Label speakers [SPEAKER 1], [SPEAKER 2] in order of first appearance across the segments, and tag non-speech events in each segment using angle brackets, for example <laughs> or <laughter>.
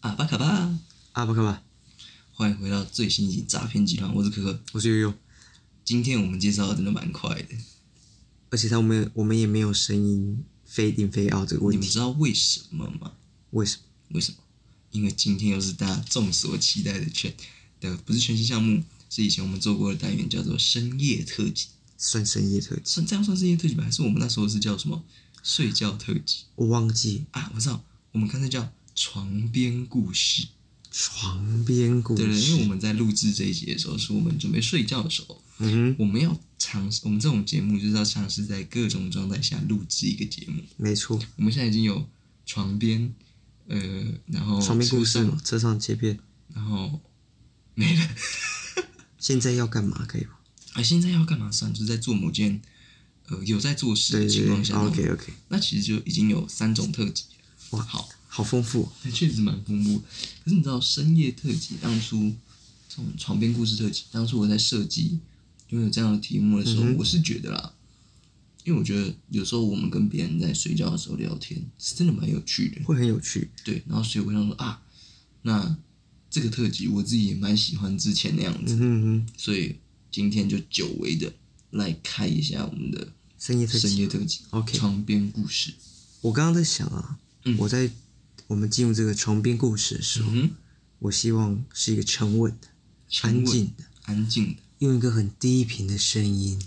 [SPEAKER 1] 阿啊巴卡巴，
[SPEAKER 2] 阿巴卡巴，
[SPEAKER 1] 欢迎回到最新一集《诈骗集团》，我是可可。
[SPEAKER 2] 我是悠悠，
[SPEAKER 1] 今天我们介绍的真的蛮快的，
[SPEAKER 2] 而且他我们我们也没有声音非顶非奥这个
[SPEAKER 1] 你
[SPEAKER 2] 问
[SPEAKER 1] 们
[SPEAKER 2] 题，
[SPEAKER 1] 知道为什么吗？
[SPEAKER 2] 为什么？
[SPEAKER 1] 为什么？因为今天又是大家众所期待的全的不是全新项目，是以前我们做过的单元，叫做深夜特辑。
[SPEAKER 2] 算深夜特辑，
[SPEAKER 1] 算这样算深夜特辑吧，还是我们那时候是叫什么睡觉特辑
[SPEAKER 2] 我忘记
[SPEAKER 1] 啊？我知道，我们刚才叫床边故事。
[SPEAKER 2] 床边故事，
[SPEAKER 1] 对对，因为我们在录制这一集的时候，是我们准备睡觉的时候，
[SPEAKER 2] 嗯哼，
[SPEAKER 1] 我们要尝试，我们这种节目就是要尝试在各种状态下录制一个节目。
[SPEAKER 2] 没错，
[SPEAKER 1] 我们现在已经有床边，呃，然后
[SPEAKER 2] 床边故事
[SPEAKER 1] 车
[SPEAKER 2] 嘛
[SPEAKER 1] 上，
[SPEAKER 2] 车上切片，
[SPEAKER 1] 然后没了。
[SPEAKER 2] 现在要干嘛可以吗？
[SPEAKER 1] 啊，现在要干嘛算？就是在做某件，呃，有在做事
[SPEAKER 2] 对
[SPEAKER 1] 的情
[SPEAKER 2] 对
[SPEAKER 1] 况
[SPEAKER 2] 对
[SPEAKER 1] 下，
[SPEAKER 2] ，OK OK，
[SPEAKER 1] 那其实就已经有三种特辑了。
[SPEAKER 2] 哇
[SPEAKER 1] 好，
[SPEAKER 2] 好丰富、哦，
[SPEAKER 1] 那确实蛮丰富。可是你知道深夜特辑当初，这种床边故事特辑，当初我在设计因为有这样的题目的时候，
[SPEAKER 2] 嗯哼
[SPEAKER 1] 我是觉得啦，因为我觉得有时候我们跟别人在睡觉的时候聊天，是真的蛮有趣的。
[SPEAKER 2] 会很有趣，
[SPEAKER 1] 对，然后所以我想说啊，那这个特辑我自己也蛮喜欢之前那样子，
[SPEAKER 2] 嗯哼嗯哼，
[SPEAKER 1] 所以今天就久违的来开一下我们的
[SPEAKER 2] 深夜特
[SPEAKER 1] 深夜
[SPEAKER 2] 辑。
[SPEAKER 1] 特辑
[SPEAKER 2] OK
[SPEAKER 1] 床边故事。
[SPEAKER 2] 我刚刚在想啊，
[SPEAKER 1] 嗯
[SPEAKER 2] 我在我们进入这个床边故事的时候，
[SPEAKER 1] 嗯，
[SPEAKER 2] 我希望是一个沉稳的、
[SPEAKER 1] 沉稳
[SPEAKER 2] 安静的，
[SPEAKER 1] 安静的
[SPEAKER 2] 用一个很低频的声音。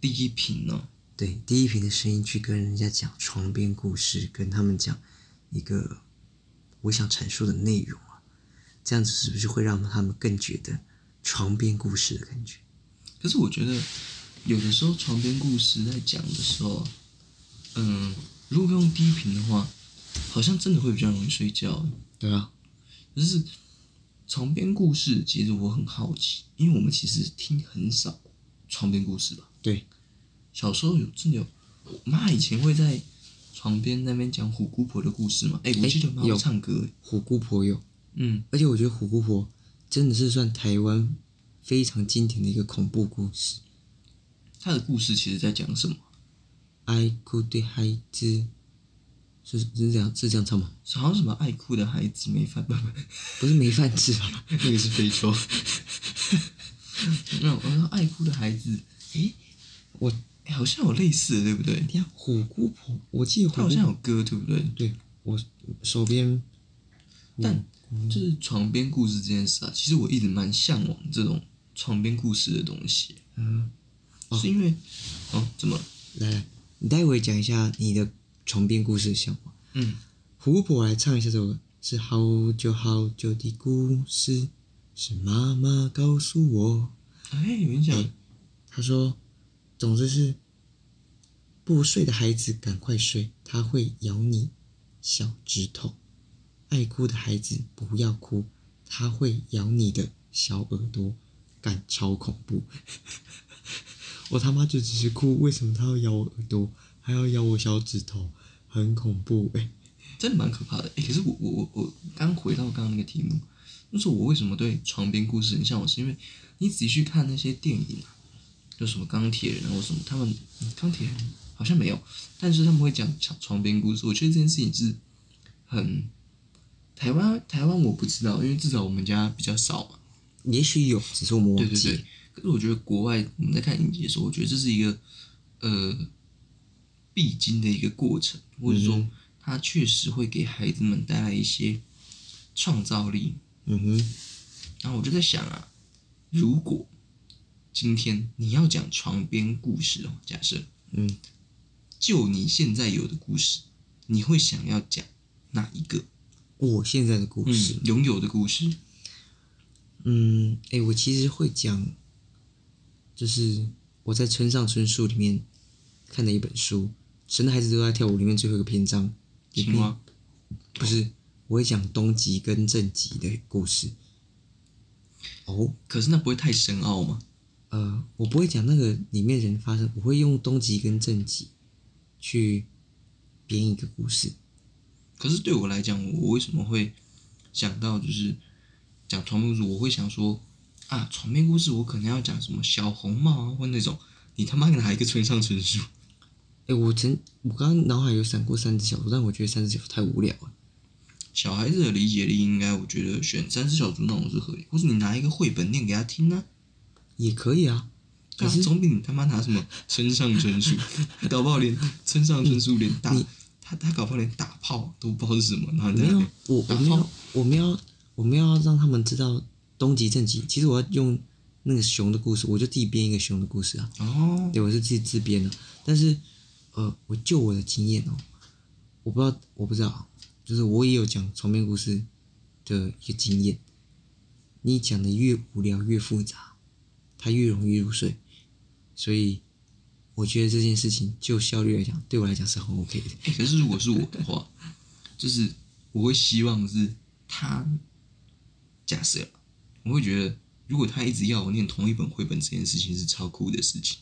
[SPEAKER 1] 第一瓶呢、
[SPEAKER 2] 对低频的声音去跟人家讲床边故事，跟他们讲一个我想阐述的内容啊，这样子是不是会让他们更觉得床边故事的感觉？
[SPEAKER 1] 可是我觉得，有的时候床边故事在讲的时候，嗯，如果用低频的话，好像真的会比较容易睡觉。
[SPEAKER 2] 对啊，
[SPEAKER 1] 可是床边故事，其实我很好奇，因为我们其实听很少床边故事吧。
[SPEAKER 2] 对，
[SPEAKER 1] 小时候有真的有，我妈以前会在床边那边讲虎姑婆的故事嘛？哎、我记得我妈会
[SPEAKER 2] 有
[SPEAKER 1] 唱歌、哎
[SPEAKER 2] 虎姑婆有，
[SPEAKER 1] 嗯，
[SPEAKER 2] 而且我觉得虎姑婆真的是算台湾非常经典的一个恐怖故事。
[SPEAKER 1] 她的故事其实在讲什么？
[SPEAKER 2] 爱哭的孩子是是这样是这样唱吗？
[SPEAKER 1] 好像什么爱哭的孩子没饭，不不，
[SPEAKER 2] 不是没饭吃 <laughs> 啊，
[SPEAKER 1] <laughs> 那个是非洲。那我说爱哭的孩子，诶、
[SPEAKER 2] 我
[SPEAKER 1] 诶好像有类似的，对不对？
[SPEAKER 2] 等一下虎姑婆，我记得虎
[SPEAKER 1] 他好
[SPEAKER 2] 姑婆
[SPEAKER 1] 像有歌，对不对？
[SPEAKER 2] 对我手边，
[SPEAKER 1] 但就是床边故事这件事啊，其实我一直蛮向往这种床边故事的东西，
[SPEAKER 2] 嗯，哦
[SPEAKER 1] 是因为哦，怎么了？
[SPEAKER 2] 来来，你待会讲一下你的床边故事项目。
[SPEAKER 1] 嗯，
[SPEAKER 2] 胡姑婆来唱一下这首歌，是好久好久的故事，是妈妈告诉我，
[SPEAKER 1] 哎、有印象。
[SPEAKER 2] 她说，总之是，不睡的孩子赶快睡，它会咬你小指头；爱哭的孩子不要哭，它会咬你的小耳朵，干超恐怖。 <laughs> 我他妈就只是哭，为什么它要咬我耳朵，还要咬我小指头，很恐怖哎、
[SPEAKER 1] 真的蛮可怕的。哎、可是我我我我刚回到刚刚那个题目，就是我为什么对床边故事很向往，是因为你仔细去看那些电影啊，就什么钢铁人啊或什么，他们嗯钢铁人好像没有，但是他们会讲床床边故事。我觉得这件事情是很台湾台湾我不知道，因为至少我们家比较少嘛。
[SPEAKER 2] 也许有，只是我们
[SPEAKER 1] 对
[SPEAKER 2] 忘
[SPEAKER 1] 对
[SPEAKER 2] 记。
[SPEAKER 1] 对。可是我觉得国外我们在看影集的时候，我觉得这是一个呃必经的一个过程，或者说它确实会给孩子们带来一些创造力。
[SPEAKER 2] 嗯哼，
[SPEAKER 1] 然后我就在想啊，如果今天你要讲床边故事哦，假设
[SPEAKER 2] 嗯，
[SPEAKER 1] 就你现在有的故事，你会想要讲哪一个？
[SPEAKER 2] 我现在的故事，
[SPEAKER 1] 嗯，拥有的故事。
[SPEAKER 2] 嗯，哎、我其实会讲，就是我在村上春树里面看的一本书《神的孩子都在跳舞》里面最后一个篇章，里
[SPEAKER 1] 青
[SPEAKER 2] 面
[SPEAKER 1] 蛙，
[SPEAKER 2] 不是我会讲东极跟正极的故事。哦，
[SPEAKER 1] 可是那不会太深奥吗？
[SPEAKER 2] 呃，我不会讲那个里面人发生，我会用东极跟正极去编一个故事。
[SPEAKER 1] 可是对我来讲，我为什么会想到就是讲床边故事？我会想说啊，床边故事我可能要讲什么小红帽啊，或那种你他妈哪一个村上春树？
[SPEAKER 2] 哎、我曾我刚刚脑海有闪过三只小猪，但我觉得三只小猪太无聊了。
[SPEAKER 1] 小孩子的理解力，应该我觉得选三只小猪那种是合理，或者你拿一个绘本念给他听啊，
[SPEAKER 2] 也可以啊。
[SPEAKER 1] 可
[SPEAKER 2] 可
[SPEAKER 1] 是
[SPEAKER 2] 是
[SPEAKER 1] 总比你他妈拿什么村上春
[SPEAKER 2] <laughs>
[SPEAKER 1] 树，搞不好连村上春树连打
[SPEAKER 2] 你
[SPEAKER 1] 他他搞不好连打炮都不知道是什么，然后你在
[SPEAKER 2] 没
[SPEAKER 1] 那
[SPEAKER 2] 有
[SPEAKER 1] 边，嗯然后
[SPEAKER 2] 我我没有，我没有，我没有要让他们知道东极正极。其实我要用那个熊的故事，我就自己编一个熊的故事啊。
[SPEAKER 1] 哦，
[SPEAKER 2] 对，我是自己自编的。但是，呃，我就我的经验哦，我不知道，我不知道，啊就是我也有讲床边故事的一个经验。你讲的越无聊越复杂，它越容易入睡，所以我觉得这件事情就效率来讲，对我来讲是很 OK 的。
[SPEAKER 1] 欸可是如果是我的话，就是我会希望是他，假设啊我会觉得，如果他一直要我念同一本绘本，这件事情是超酷的事情。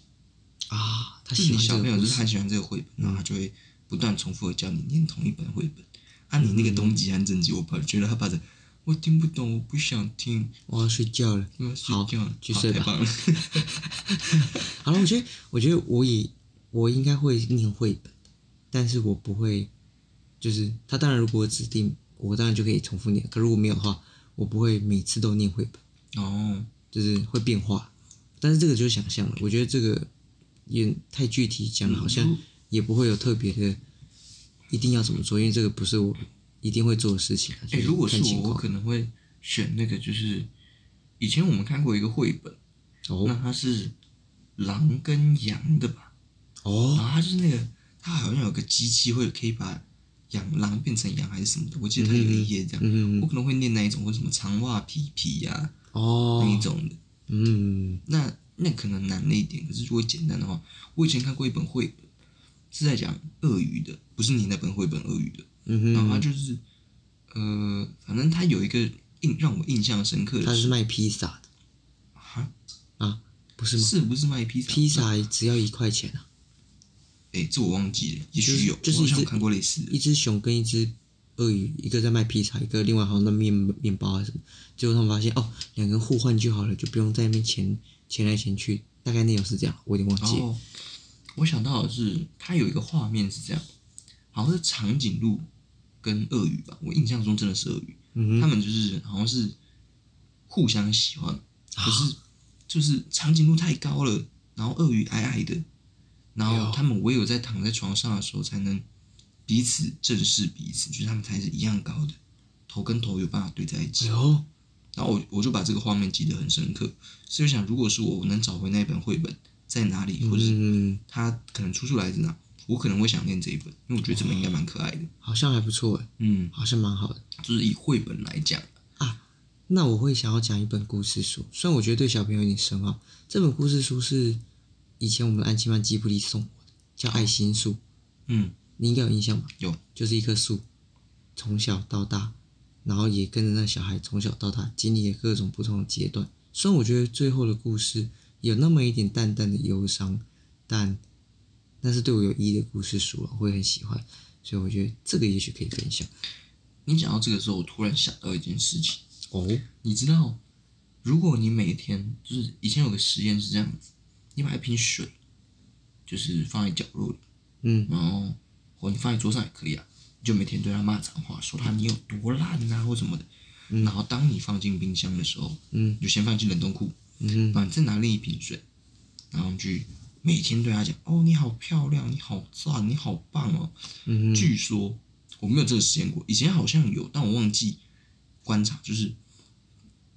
[SPEAKER 2] 啊，他
[SPEAKER 1] 就
[SPEAKER 2] 喜
[SPEAKER 1] 是你
[SPEAKER 2] 欢
[SPEAKER 1] 小
[SPEAKER 2] 这
[SPEAKER 1] 朋
[SPEAKER 2] 个
[SPEAKER 1] 友
[SPEAKER 2] 故
[SPEAKER 1] 就是
[SPEAKER 2] 事
[SPEAKER 1] 很喜欢这个绘本，然后他就会不断重复的教你念同一本绘本。啊，你那个
[SPEAKER 2] 嗯
[SPEAKER 1] 东极和正极，我爸觉得他爸的，我听不懂，我不想听，
[SPEAKER 2] 我要睡觉了
[SPEAKER 1] 我要。睡
[SPEAKER 2] 好
[SPEAKER 1] 觉了，，
[SPEAKER 2] 去
[SPEAKER 1] 好
[SPEAKER 2] 睡
[SPEAKER 1] 太
[SPEAKER 2] 吧。
[SPEAKER 1] 棒了。 <laughs>
[SPEAKER 2] 好了，我觉得，我觉得我也我应该会念绘本，但是我不会，就是他当然如果指定我，当然就可以重复念。可如果没有的话，我不会每次都念绘本，
[SPEAKER 1] 哦，
[SPEAKER 2] 就是会变化。但是这个就是想象了，我觉得这个也太具体讲嗯了，好
[SPEAKER 1] 嗯
[SPEAKER 2] 像也不会有特别的一定要怎么做，因为这个不是我一定会做的事情啊。
[SPEAKER 1] 哎、
[SPEAKER 2] 就是
[SPEAKER 1] 如果是
[SPEAKER 2] 看情
[SPEAKER 1] 我，我
[SPEAKER 2] 况
[SPEAKER 1] 可能会选那个，就是以前我们看过一个绘本，那
[SPEAKER 2] 哦
[SPEAKER 1] 它是狼跟羊的吧？然
[SPEAKER 2] 哦
[SPEAKER 1] 后它就是那个，它好像有个机器会可以把羊狼变成羊还是什么的，我记得它有一页这样。
[SPEAKER 2] 嗯嗯嗯
[SPEAKER 1] 我可能会念那一种，或者什么长袜皮皮呀、
[SPEAKER 2] 哦
[SPEAKER 1] 那一种的。
[SPEAKER 2] 嗯
[SPEAKER 1] 那那可能难了一点，可是如果简单的话，我以前看过一本绘本，是在讲鳄鱼的，不是你那本绘本鳄鱼的。
[SPEAKER 2] 嗯哼，
[SPEAKER 1] 然后它就是，呃，反正它有一个印让我印象深刻
[SPEAKER 2] 他
[SPEAKER 1] 的
[SPEAKER 2] 是
[SPEAKER 1] 是，
[SPEAKER 2] 卖披萨的
[SPEAKER 1] 啊，
[SPEAKER 2] 啊，不是吗？
[SPEAKER 1] 是不是卖披萨？
[SPEAKER 2] 披萨只要一块钱啊，
[SPEAKER 1] 哎、这我忘记了，也
[SPEAKER 2] 就
[SPEAKER 1] 许
[SPEAKER 2] 是
[SPEAKER 1] 有，
[SPEAKER 2] 就是
[SPEAKER 1] 我好
[SPEAKER 2] 一
[SPEAKER 1] 像
[SPEAKER 2] 只
[SPEAKER 1] 看过类似的
[SPEAKER 2] 一。只熊跟一只鳄鱼，一个在卖披萨，一个另外好像在面面包还啊是什么。最后他们发现哦，两个人互换就好了，就不用在那边钱钱来钱去。大概内容是这样，我有点忘
[SPEAKER 1] 然
[SPEAKER 2] 记了。
[SPEAKER 1] 后我想到的是，它有一个画面是这样，好像是长颈鹿跟鳄鱼吧，我印象中真的是鳄鱼，
[SPEAKER 2] 嗯
[SPEAKER 1] 他
[SPEAKER 2] 哼，
[SPEAKER 1] 们就是好像是互相喜欢，可是就是长颈鹿太高了，然后鳄鱼矮矮的，然
[SPEAKER 2] 哎呦
[SPEAKER 1] 后他们唯有在躺在床上的时候才能彼此正视彼此，就是他们才是一样高的，头跟头有办法对在一
[SPEAKER 2] 哎
[SPEAKER 1] 起。
[SPEAKER 2] 呦，
[SPEAKER 1] 然后我我就把这个画面记得很深刻，所以我想，如果是我，我能找回那本绘本在哪里，或者是
[SPEAKER 2] 嗯，
[SPEAKER 1] 它可能出处来自哪，我可能会想念这一本，因为我觉得这本应该蛮可爱的。
[SPEAKER 2] 好像还不错哎，
[SPEAKER 1] 嗯，
[SPEAKER 2] 好像蛮好的。
[SPEAKER 1] 就是以绘本来讲，
[SPEAKER 2] 那我会想要讲一本故事书，虽然我觉得对小朋友有点深奥。这本故事书是以前我们的安琪曼吉布利送我的，叫《爱心树》，
[SPEAKER 1] 嗯，
[SPEAKER 2] 你应该有印象吧？
[SPEAKER 1] 有，
[SPEAKER 2] 就是一棵树，从小到大，然后也跟着那小孩从小到大经历了各种不同的阶段。虽然我觉得最后的故事有那么一点淡淡的忧伤，但那是对我有意义的故事书了，啊我会很喜欢。所以我觉得这个也许可以分享
[SPEAKER 1] 你讲到这个时候，我突然想到一件事情，
[SPEAKER 2] 哦。
[SPEAKER 1] 你知道，如果你每天就是以前有个实验是这样子，你把一瓶水，就是放在角落里，
[SPEAKER 2] 嗯，
[SPEAKER 1] 然后或你放在桌上也可以啊，你就每天对它骂脏话，说它你有多烂啊或什么的。然后当你放进冰箱的时候，
[SPEAKER 2] 嗯
[SPEAKER 1] 你就先放进冷冻库，
[SPEAKER 2] 嗯
[SPEAKER 1] 然后你再拿另一瓶水，然后你去每天对它讲，哦，你好漂亮，你好赞，你好棒哦。
[SPEAKER 2] 嗯哼
[SPEAKER 1] 据说我没有这个实验过，以前好像有，但我忘记观察，就是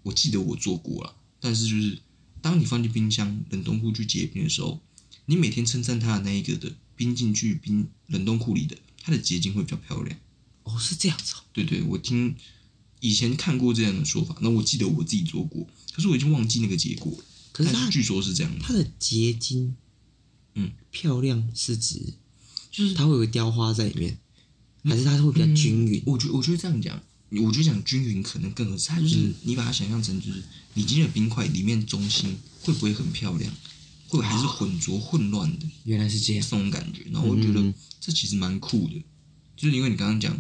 [SPEAKER 1] 我记得我做过了，但是就是当你放进冰箱冷冻库去结冰的时候，你每天称赞它的那一个的冰进去冰冷冻库里的，它的结晶会比较漂亮。
[SPEAKER 2] 哦，是这样子哦。
[SPEAKER 1] 对对，我听以前看过这样的说法，那我记得我自己做过，可是我已经忘记那个结果了。
[SPEAKER 2] 可是
[SPEAKER 1] 但
[SPEAKER 2] 它
[SPEAKER 1] 据说是这样的，
[SPEAKER 2] 它的结晶，
[SPEAKER 1] 嗯，
[SPEAKER 2] 漂亮是指
[SPEAKER 1] 就是
[SPEAKER 2] 它会有个雕花在里面，还是它会比较均匀？
[SPEAKER 1] 我觉我觉得这样讲，我觉得讲均匀可能更合适。它就是你把它想象成就是你今天的冰块里面中心会不会很漂亮，会还是混浊混乱的
[SPEAKER 2] 原来是这样
[SPEAKER 1] 这。种感觉。然后我就觉得这其实蛮酷的，就是因为你刚刚讲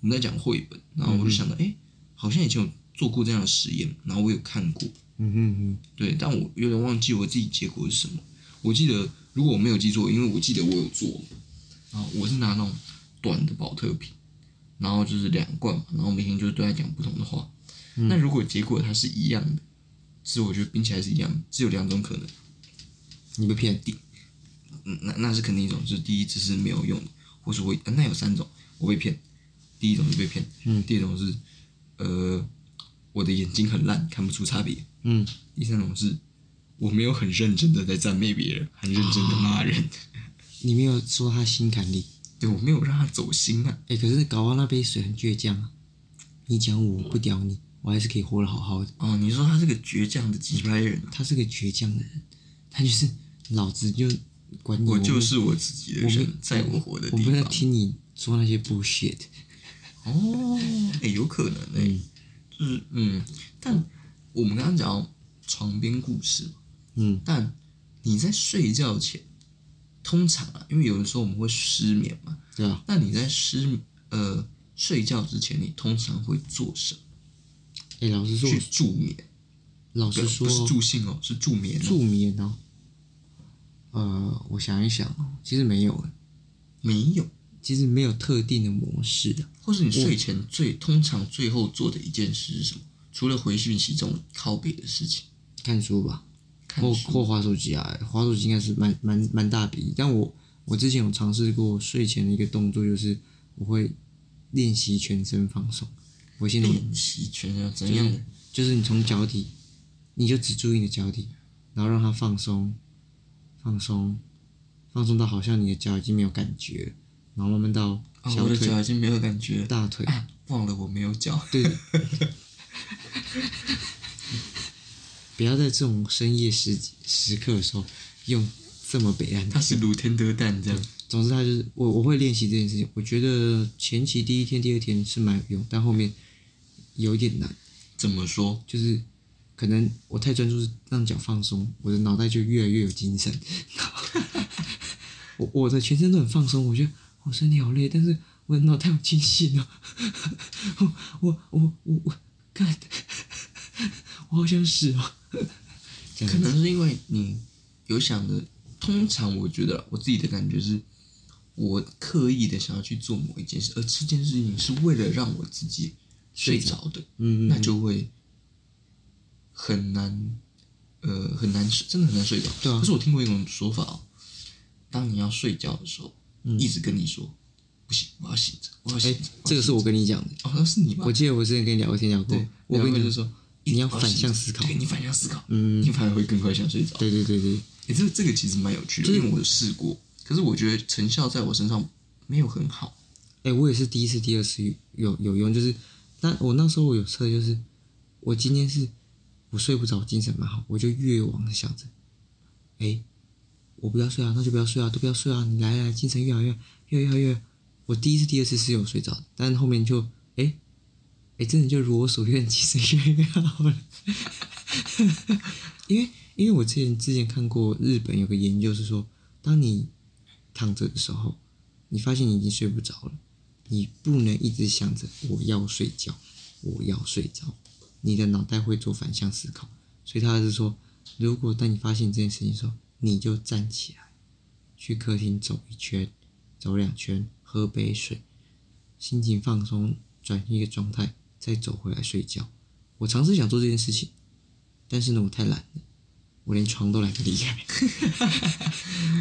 [SPEAKER 1] 我们在讲绘本，然后我就想到，哎、好像以前有做过这样的实验，然后我有看过，
[SPEAKER 2] 嗯哼哼。
[SPEAKER 1] 对，但我有点忘记我自己结果是什么。我记得如果我没有记错，因为我记得我有做，然后我是拿那种短的保特瓶，然后就是两罐嘛，然后每天就是对他讲不同的话。那如果结果它是一样的，其实我觉得并起来是一样的，只有两种可能。
[SPEAKER 2] 你被骗第
[SPEAKER 1] 嗯，那那是肯定一种，就是第一只是没有用的，或是我、呃那有三种，我被骗，第一种是被骗，
[SPEAKER 2] 嗯
[SPEAKER 1] 第二种是，呃，我的眼睛很烂，看不出差别，
[SPEAKER 2] 嗯，
[SPEAKER 1] 第三种是我没有很认真的在赞美别人，很认真的
[SPEAKER 2] 哦
[SPEAKER 1] 骂人， <laughs>
[SPEAKER 2] 你没有说他心坎里，
[SPEAKER 1] 对我没有让他走心啊，
[SPEAKER 2] 哎、可是搞到那杯水很倔强啊，你讲我我不屌你，我还是可以活得好好的。
[SPEAKER 1] 哦，你说他是个倔强的几百人啊，
[SPEAKER 2] 他是个倔强的人，他就是老子就管你，
[SPEAKER 1] 我
[SPEAKER 2] 没
[SPEAKER 1] 就是我自己的
[SPEAKER 2] 我没
[SPEAKER 1] 人，在我活的
[SPEAKER 2] 我
[SPEAKER 1] 地
[SPEAKER 2] 不在
[SPEAKER 1] 方，
[SPEAKER 2] 听你说那些 bullshit，
[SPEAKER 1] 哦，哎、有可能哎、
[SPEAKER 2] 嗯
[SPEAKER 1] 就是嗯，但我们刚刚讲到床边故事嘛。
[SPEAKER 2] 嗯
[SPEAKER 1] 但你在睡觉前，通常啊，因为有的时候我们会失眠嘛，
[SPEAKER 2] 对啊吧？
[SPEAKER 1] 那你在失呃睡觉之前，你通常会做什么
[SPEAKER 2] 哎、老实说
[SPEAKER 1] 去，助眠？
[SPEAKER 2] 老
[SPEAKER 1] 不
[SPEAKER 2] 实说
[SPEAKER 1] 不，是助兴哦，是助眠、哦。
[SPEAKER 2] 助眠哦，呃，我想一想哦，其实没有诶，
[SPEAKER 1] 没有，
[SPEAKER 2] 其实没有特定的模式的。
[SPEAKER 1] 或是你睡前最通常最后做的一件事是什么？除了回讯息这种靠北的事情，
[SPEAKER 2] 看书吧，
[SPEAKER 1] 看
[SPEAKER 2] 或
[SPEAKER 1] 书
[SPEAKER 2] 或滑手机啊，滑手机应该是蛮蛮蛮大比例。但我我之前有尝试过睡前的一个动作，就是我会练习全身放松。我现在
[SPEAKER 1] 练习全身怎
[SPEAKER 2] 就
[SPEAKER 1] 样
[SPEAKER 2] 是？就是你从脚底，你就只注意你的脚底，然后让它放松，放松，放松到好像你的脚已经没有感觉了，然后慢慢到
[SPEAKER 1] 啊，
[SPEAKER 2] 小
[SPEAKER 1] 我的
[SPEAKER 2] 腿、
[SPEAKER 1] 脚已经没有感觉了，
[SPEAKER 2] 大腿，
[SPEAKER 1] 忘了我没有脚。
[SPEAKER 2] 对。不要在这种深夜时时刻的时候用这么北岸的
[SPEAKER 1] 它是鲁天德蛋这样。
[SPEAKER 2] 总之，他就是我我会练习这件事情。我觉得前期第一天、第二天是蛮有用，但后面有一点难，
[SPEAKER 1] 怎么说？
[SPEAKER 2] 就是可能我太专注让脚放松，我的脑袋就越来越有精神。 <laughs> 然后我我的全身都很放松，我觉得我身体好累，但是我的脑袋好清醒哦。 <laughs> 我我我我我干， <laughs> 我好想死哦。这
[SPEAKER 1] 可
[SPEAKER 2] 样子
[SPEAKER 1] 能是因为你有想的，通常我觉得啦我自己的感觉是，我刻意的想要去做某一件事，而这件事情是为了让我自己睡着的，
[SPEAKER 2] 嗯嗯嗯
[SPEAKER 1] 那就会很难，呃，很难睡，真的很难睡着。
[SPEAKER 2] 对啊
[SPEAKER 1] 可是我听过一种说法哦，当你要睡觉的时候，一直跟你说，不行，我要醒着，我要醒
[SPEAKER 2] 嗯哎
[SPEAKER 1] 着。我要醒着，
[SPEAKER 2] 这个是我跟你讲的，
[SPEAKER 1] 哦，那是你吗
[SPEAKER 2] 我？记得我之前跟你聊过天聊过
[SPEAKER 1] 对，
[SPEAKER 2] 我
[SPEAKER 1] 然
[SPEAKER 2] 跟
[SPEAKER 1] 后
[SPEAKER 2] 你
[SPEAKER 1] 就
[SPEAKER 2] 讲
[SPEAKER 1] 说，
[SPEAKER 2] 你要
[SPEAKER 1] 我
[SPEAKER 2] 反
[SPEAKER 1] 醒
[SPEAKER 2] 向
[SPEAKER 1] 着
[SPEAKER 2] 思考
[SPEAKER 1] 对你反向思考，
[SPEAKER 2] 嗯
[SPEAKER 1] 你反而会更快想睡着。
[SPEAKER 2] 对对对对，
[SPEAKER 1] 欸，这这个其实蛮有趣的，因为我有试过，可是我觉得成效在我身上没有很好。
[SPEAKER 2] 哎、我也是第一次、第二次有有用，就是那我那时候我有测，就是我今天是我睡不着，精神蛮好，我就越往想着，哎、我不要睡啊，那就不要睡啊，都不要睡啊，你来来，精神越来越越来越越来越。我第一次、第二次是有睡着的，但后面就哎哎、诶真的就如我所愿，精神越来越好了。 <laughs> 因为因为我之前之前看过日本有个研究是说，当你躺着的时候，你发现你已经睡不着了，你不能一直想着我要睡觉，我要睡着，你的脑袋会做反向思考，所以他是说，如果当你发现这件事情的时候，你就站起来，去客厅走一圈，走两圈，喝杯水，心情放松，转移一个状态，再走回来睡觉。我尝试想做这件事情，但是呢，我太懒了，我连床都懒得离开。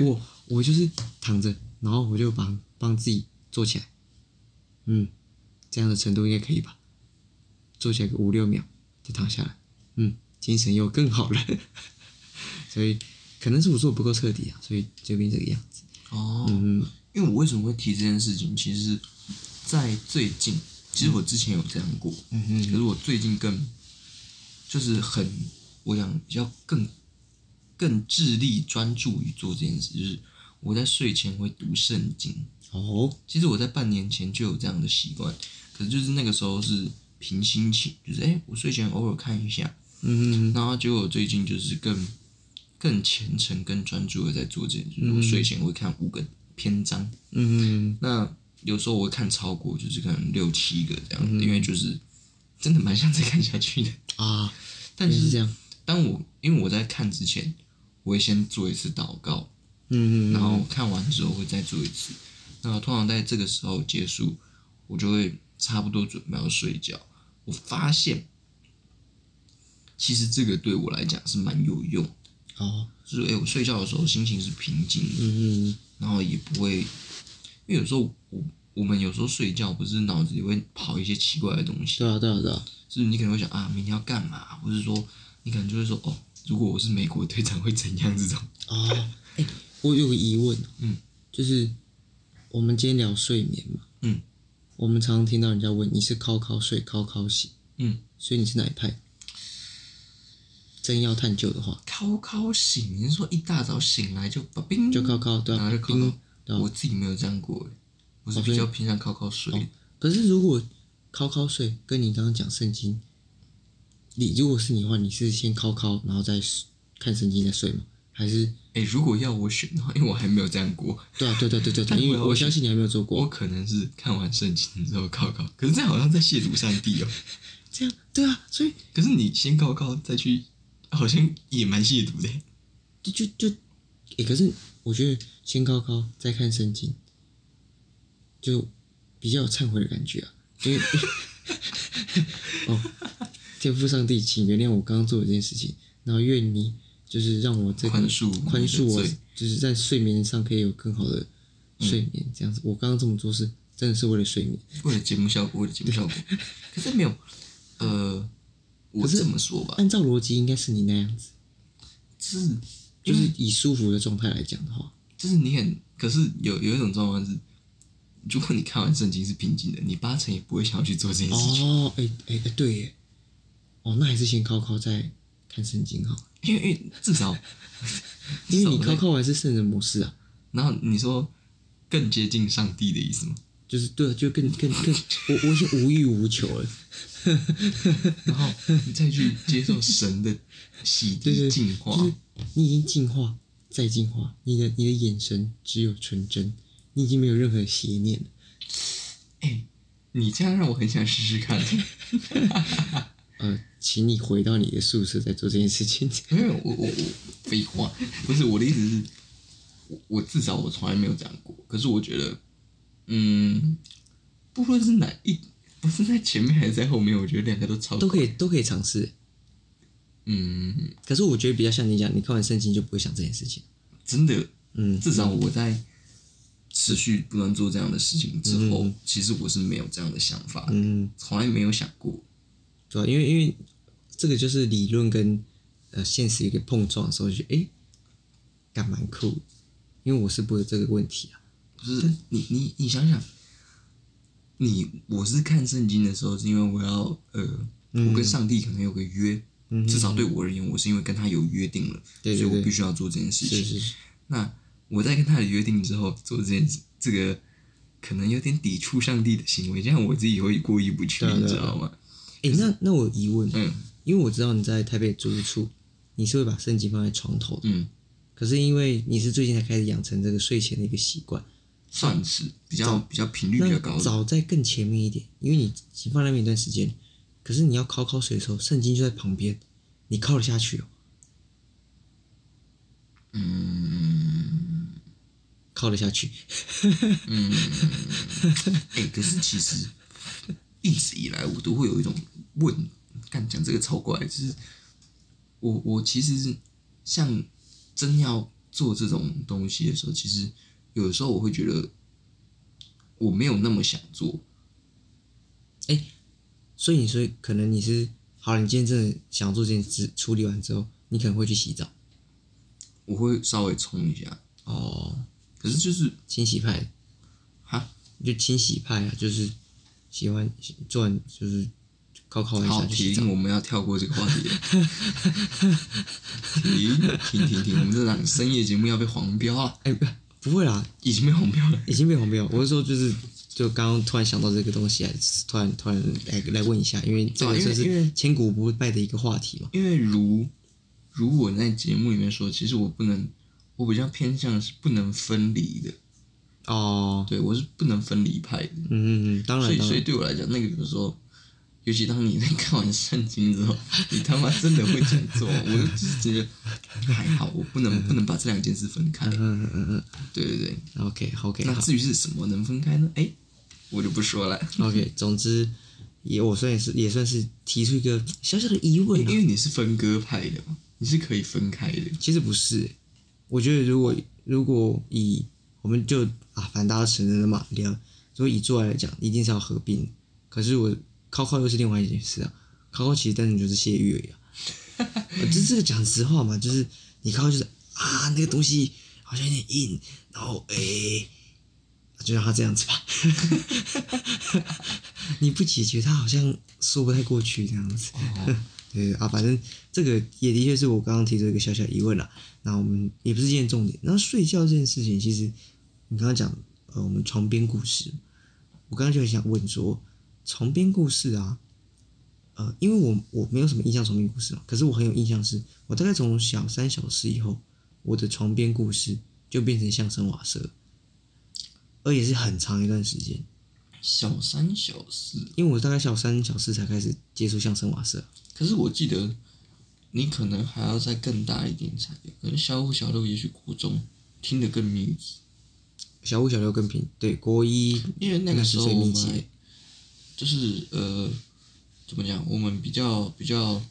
[SPEAKER 2] 我我就是躺着，然后我就把帮自己坐起来，嗯，这样的程度应该可以吧？坐起来个五六秒，再躺下来，嗯，精神又更好了。 <laughs> 所以可能是我做得不够彻底啊，所以就变这个样子。
[SPEAKER 1] 哦，
[SPEAKER 2] 嗯
[SPEAKER 1] 因为我为什么会提这件事情，其实，在最近，其实我之前有这样过，
[SPEAKER 2] 嗯嗯
[SPEAKER 1] 可是我最近更，就是很，我想比较更，更致力专注于做这件事，就是我在睡前会读圣经。
[SPEAKER 2] 哦，
[SPEAKER 1] 其实我在半年前就有这样的习惯，可是就是那个时候是凭心情，就是哎、诶我睡前偶尔看一下，
[SPEAKER 2] 嗯嗯
[SPEAKER 1] 然后结果我最近就是更更虔诚、更专注的在做这件事。就是我睡前会看五个篇章，
[SPEAKER 2] 嗯
[SPEAKER 1] 那有时候我会看超过，就是可能六七个这样
[SPEAKER 2] 嗯
[SPEAKER 1] 子，因为就是真的蛮想再看下去的。
[SPEAKER 2] 啊，
[SPEAKER 1] 但
[SPEAKER 2] 也
[SPEAKER 1] 是
[SPEAKER 2] 是这样，
[SPEAKER 1] 当我因为我在看之前，我会先做一次祷告，
[SPEAKER 2] 嗯嗯，
[SPEAKER 1] 然后看完之后会再做一次。那通常在这个时候结束，我就会差不多准备要睡觉，我发现其实这个对我来讲是蛮有用的，
[SPEAKER 2] 哦，
[SPEAKER 1] 就是哎诶、我睡觉的时候心情是平静的，
[SPEAKER 2] 嗯嗯
[SPEAKER 1] 然后也不会，因为有时候我我们有时候睡觉不是脑子里会跑一些奇怪的东西，
[SPEAKER 2] 对啊对啊对啊，
[SPEAKER 1] 就是你可能会想啊，明天要干嘛，或是说你可能就会说哦，如果我是美国队长会怎样这种，
[SPEAKER 2] 哦，哎、我有个疑问，哦
[SPEAKER 1] 嗯，
[SPEAKER 2] 就是我们今天聊睡眠嘛，
[SPEAKER 1] 嗯
[SPEAKER 2] 我们常常听到人家问你是靠靠睡靠靠醒，
[SPEAKER 1] 嗯，
[SPEAKER 2] 所以你是哪一派？真要探究的话，
[SPEAKER 1] 靠靠醒，你是说一大早醒来就把冰
[SPEAKER 2] 就靠靠对啊，
[SPEAKER 1] 然后就靠
[SPEAKER 2] 冰对
[SPEAKER 1] 靠，
[SPEAKER 2] 啊
[SPEAKER 1] 我自己没有这样过，我是
[SPEAKER 2] 哦所
[SPEAKER 1] 比
[SPEAKER 2] 以哦
[SPEAKER 1] 较偏向靠靠睡的，
[SPEAKER 2] 可是如果靠靠睡跟你刚刚讲圣经，你如果是你的话，你是先靠靠，然后再看圣经再睡吗？还是
[SPEAKER 1] 诶，哎如果要我选的话，因为我还没有这样过，
[SPEAKER 2] 对啊对对
[SPEAKER 1] <laughs>
[SPEAKER 2] 对对对，
[SPEAKER 1] 但
[SPEAKER 2] 因
[SPEAKER 1] 我
[SPEAKER 2] 为
[SPEAKER 1] 要
[SPEAKER 2] 我相信你还没有做过
[SPEAKER 1] 我。可能是看完圣经之后靠靠，可是这样好像在亵渎上帝哦。
[SPEAKER 2] 这样对啊，所以
[SPEAKER 1] 可是你先高高再去，好像也蛮亵渎的。
[SPEAKER 2] 就就就，诶、可是我觉得先高高再看圣经，就比较有忏悔的感觉啊，因为 <laughs> 哦，天父上帝，请原谅我刚刚做的这件事情，然后愿你就是让我这个
[SPEAKER 1] 宽恕我
[SPEAKER 2] 宽恕我
[SPEAKER 1] 的罪，嗯
[SPEAKER 2] 就是在睡眠上可以有更好的睡眠，这样子，我刚刚这么做是真的是为了睡眠，
[SPEAKER 1] 为了节目效果，为了节目效果。可是没有，呃，我
[SPEAKER 2] 可是
[SPEAKER 1] 这么说吧，
[SPEAKER 2] 按照逻辑应该是你那样子，
[SPEAKER 1] 就是因
[SPEAKER 2] 就是嗯
[SPEAKER 1] 为
[SPEAKER 2] 以舒服的状态来讲的话，
[SPEAKER 1] 就是你很，可是有有一种状况是，如果你看完圣经是平静的，你八成也不会想要去做这件事情，
[SPEAKER 2] 哦，哎哎哎，对耶，哦，那还是先考考再看圣经好了，
[SPEAKER 1] 因为因为至少
[SPEAKER 2] <laughs> 因为
[SPEAKER 1] 至少
[SPEAKER 2] 你考
[SPEAKER 1] 在
[SPEAKER 2] 考完是圣人模式啊，
[SPEAKER 1] 然后你说更接近上帝的意思吗？
[SPEAKER 2] 就是对啊，就更更更，我我已经无欲无求了，
[SPEAKER 1] 然后你再去接受神的洗
[SPEAKER 2] <laughs> 对对，
[SPEAKER 1] 涤净化，
[SPEAKER 2] 就是你已经进化再进化，你的你的眼神只有纯真，你已经没有任何邪念了。
[SPEAKER 1] 哎、你这样让我很想试试看。
[SPEAKER 2] 呃，请你回到你的宿舍再做这件事情。
[SPEAKER 1] 没有，我我我废话，不是我的意思是，我我至少我从来没有这样过。可是我觉得，嗯，不论是哪一，不是在前面还是在后面，我觉得两个都超
[SPEAKER 2] 都可以都可以尝试，
[SPEAKER 1] 嗯，
[SPEAKER 2] 可是我觉得比较像你讲，你看完圣经就不会想这件事情。
[SPEAKER 1] 真的，
[SPEAKER 2] 嗯，
[SPEAKER 1] 至少我在持续不断做这样的事情之后，
[SPEAKER 2] 嗯
[SPEAKER 1] 其实我是没有这样的想法的，
[SPEAKER 2] 嗯。
[SPEAKER 1] 从来没有想过。
[SPEAKER 2] 对啊，因为因为这个就是理论跟呃现实一个碰撞的时候，就觉得诶，干蛮酷的。因为我是不会有这个问题啊，
[SPEAKER 1] 不是你你你想想，你我是看圣经的时候，是因为我要呃，我跟上帝可能有个约，
[SPEAKER 2] 嗯
[SPEAKER 1] 至少对我而言，我是因为跟他有约定了，
[SPEAKER 2] 对对
[SPEAKER 1] 所以
[SPEAKER 2] 对
[SPEAKER 1] 我必须要做这件事情。
[SPEAKER 2] 是是是，
[SPEAKER 1] 那我在跟他的约定之后做这件事，这个可能有点抵触上帝的行为，这样我自己会过意不去，
[SPEAKER 2] 对啊
[SPEAKER 1] 你
[SPEAKER 2] 对啊
[SPEAKER 1] 知道吗？
[SPEAKER 2] 诶，那那我有疑问，啊
[SPEAKER 1] 嗯
[SPEAKER 2] 因为我知道你在台北租屋处，你是会把圣经放在床头的，
[SPEAKER 1] 嗯，
[SPEAKER 2] 可是因为你是最近才开始养成这个睡前的一个习惯，
[SPEAKER 1] 算是比较
[SPEAKER 2] 早
[SPEAKER 1] 比较频率比较高
[SPEAKER 2] 那
[SPEAKER 1] 的，
[SPEAKER 2] 早在更前面一点，因为你已经放在那边一段时间，可是你要靠靠水的时候，圣经就在旁边，你靠得下去哦，
[SPEAKER 1] 嗯
[SPEAKER 2] 靠得下去，
[SPEAKER 1] 嗯，哎、可是其实一直以来我都会有一种问，干讲这个超怪，就是我我其实是像真要做这种东西的时候，其实有的时候我会觉得我没有那么想做，
[SPEAKER 2] 所以你说可能你是好了，你今天真的想做这件事，处理完之后，你可能会去洗澡
[SPEAKER 1] 我会稍微冲一下。
[SPEAKER 2] 哦，
[SPEAKER 1] 可是就是
[SPEAKER 2] 清洗派，
[SPEAKER 1] 哈，
[SPEAKER 2] 就清洗派啊，就是喜欢做完就是考考完一
[SPEAKER 1] 好
[SPEAKER 2] 下去洗
[SPEAKER 1] 停，
[SPEAKER 2] 澡，
[SPEAKER 1] 我们要跳过这个话题了。停停停停，我们这档深夜节目要被黄标啊，
[SPEAKER 2] 哎不不会啦，
[SPEAKER 1] 已经被黄标了。
[SPEAKER 2] 已经没有红标，我是说就是。就刚刚突然想到这个东西，还是突然突然来来问一下，因为这
[SPEAKER 1] 对
[SPEAKER 2] 个
[SPEAKER 1] 啊因
[SPEAKER 2] 就
[SPEAKER 1] 为因
[SPEAKER 2] 是
[SPEAKER 1] 为
[SPEAKER 2] 千古不败的一个话题嘛。
[SPEAKER 1] 因为如如我在节目里面说，其实我不能，我比较偏向是不能分离的，
[SPEAKER 2] 哦，
[SPEAKER 1] 对我是不能分离派的，
[SPEAKER 2] 嗯嗯嗯，当
[SPEAKER 1] 所
[SPEAKER 2] 然
[SPEAKER 1] 以
[SPEAKER 2] 当
[SPEAKER 1] 所以
[SPEAKER 2] 然，
[SPEAKER 1] 对我来讲，那个有时候，尤其当你在看完圣经之后， <laughs> 你他妈真的会这样
[SPEAKER 2] <laughs>
[SPEAKER 1] 做，我就就是觉得还好，我不能不能把这两件事分开，
[SPEAKER 2] 嗯嗯嗯
[SPEAKER 1] 对对对。
[SPEAKER 2] 嗯，OK OK，
[SPEAKER 1] 那
[SPEAKER 2] 好，
[SPEAKER 1] 至于是什么能分开呢？哎，我就不说了，
[SPEAKER 2] OK，总之也我算也是也算是提出一个小小的疑问、
[SPEAKER 1] 因
[SPEAKER 2] 啊
[SPEAKER 1] 因，为你是分割派的嘛，你是可以分开的。
[SPEAKER 2] 其实不是欸、我觉得如果如果以我们就啊，反正大家都承认了嘛，聊如果以做爱来讲，一定是要合并的。可是我考考又是另外一件事啊，考考其实单纯就是泄欲而已啊。我这这个讲实话嘛，就是你考考就是啊，那个东西好像有点硬，然后诶、就让它这样子吧。 <laughs> 你不解决它，好像说不太过去这样子。对啊，反正这个也的确是我刚刚提出一个小小疑问啦。那我们也不是今天重点。那睡觉这件事情，其实你刚刚讲，呃，我们床边故事，我刚刚就很想问说，床边故事啊，呃，因为我我没有什么印象床边故事嘛，可是我很有印象是，我大概从小三小四以后，我的床边故事就变成相声瓦舍，而也是很长一段时间，
[SPEAKER 1] 小三小四，
[SPEAKER 2] 因为我大概小三小四才开始接触相声瓦舍。
[SPEAKER 1] 可是我记得你可能还要再更大一点才有，可能小五小六也许国中听得更密集，
[SPEAKER 2] 小五、小六更平，对，国一
[SPEAKER 1] 因为那个时候
[SPEAKER 2] 那是最
[SPEAKER 1] 我
[SPEAKER 2] 密集
[SPEAKER 1] 们就是呃，怎么讲？我们比较比较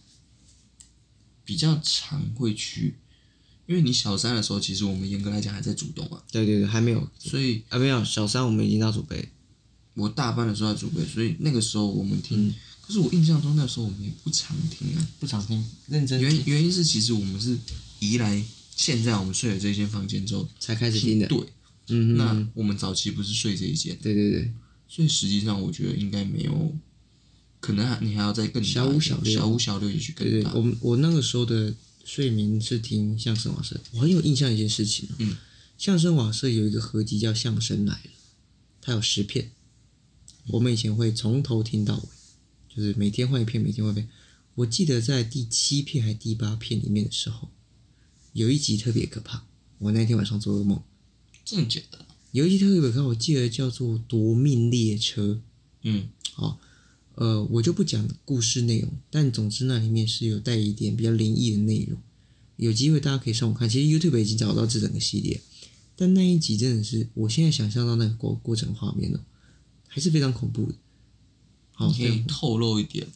[SPEAKER 1] 比较常会去，因为你小三的时候，其实我们严格来讲还在主动嘛，
[SPEAKER 2] 对对对，还没有
[SPEAKER 1] 所以
[SPEAKER 2] 啊，没有小三我们已经到祖辈，
[SPEAKER 1] 我大班的时候在主备，所以那个时候我们
[SPEAKER 2] 嗯
[SPEAKER 1] 听。可是我印象中那时候我们也不常听啊，
[SPEAKER 2] 不常听，认真
[SPEAKER 1] 原原因是其实我们是移来现在我们睡的这间房间之后
[SPEAKER 2] 才开始听的。
[SPEAKER 1] 对，
[SPEAKER 2] 嗯哼，
[SPEAKER 1] 那我们早期不是睡这一间，
[SPEAKER 2] 对对对，
[SPEAKER 1] 所以实际上我觉得应该没有，可能还你还要再更大一
[SPEAKER 2] 小五
[SPEAKER 1] 点
[SPEAKER 2] 小六
[SPEAKER 1] 小五小六也许更
[SPEAKER 2] 对对
[SPEAKER 1] 大，，
[SPEAKER 2] 我们我那个时候的睡眠是听相声瓦舍，我很有印象一件事情、哦，
[SPEAKER 1] 嗯，
[SPEAKER 2] 相声瓦舍有一个合集叫《相声来了》，它有十片，我们以前会从头听到尾，就是每天换一片，每天换一片。我记得在第七片还第八片里面的时候，有一集特别可怕，我那天晚上做噩梦，
[SPEAKER 1] 真的假的？
[SPEAKER 2] 有一集特别可怕，我记得叫做《夺命列车》。
[SPEAKER 1] 嗯，
[SPEAKER 2] 呃，我就不讲故事内容，但总之那里面是有带一点比较灵异的内容，有机会大家可以上网看。其实 YouTube 已经找到这整个系列，但那一集真的是我现在想象到那个过过程画面了，还是非常恐怖的。好，
[SPEAKER 1] 你可
[SPEAKER 2] 非
[SPEAKER 1] 以
[SPEAKER 2] 常
[SPEAKER 1] 透露一点吗，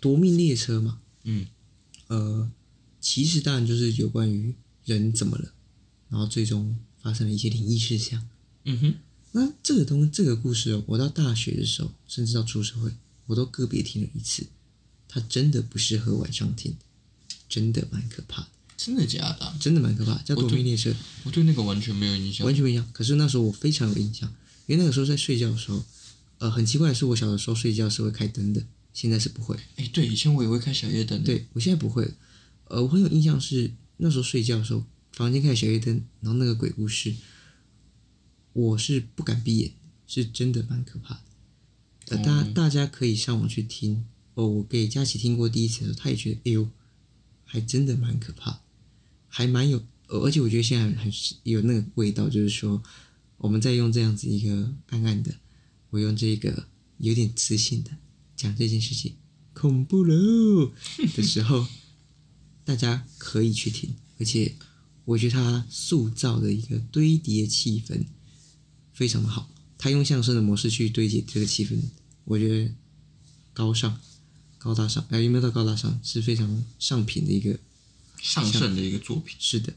[SPEAKER 2] 夺命列车嘛，
[SPEAKER 1] 嗯，
[SPEAKER 2] 呃，其实当然就是有关于人怎么了，然后最终发生了一些灵异事项。
[SPEAKER 1] 嗯哼，
[SPEAKER 2] 那这个东这个故事哦，我到大学的时候，甚至到出社会，我都个别听了一次。它真的不适合晚上听，真的蛮可怕的，
[SPEAKER 1] 真的假的啊？
[SPEAKER 2] 真的蛮可怕的。叫《夺命列车》，
[SPEAKER 1] 我对那个完全没有印象
[SPEAKER 2] 完，全不一样。可是那时候我非常有印象，因为那个时候在睡觉的时候，呃，很奇怪的是，我小的时候睡觉是会开灯的，现在是不会。
[SPEAKER 1] 哎，对，以前我也会开小夜灯的，，
[SPEAKER 2] 对我现在不会了。呃，我很有印象是那时候睡觉的时候，房间开始小夜灯，然后那个鬼故事，我是不敢闭眼，是真的蛮可怕的。呃，大大家可以上网去听哦。我给佳琪听过第一次的时候，他也觉得，哎呦，还真的蛮可怕，还蛮有，呃而且我觉得现在很很有那个味道，就是说，我们在用这样子一个暗暗的，我用这个有点磁性的讲这件事情，恐怖喽的时候，大家可以去听，而且我觉得他塑造的一个堆叠气氛非常的好，他用相声的模式去堆叠这个气氛，我觉得高尚、高大上，哎，有没有到高大上？是非常上品的一个，
[SPEAKER 1] 上圣的一个作品，
[SPEAKER 2] 是的，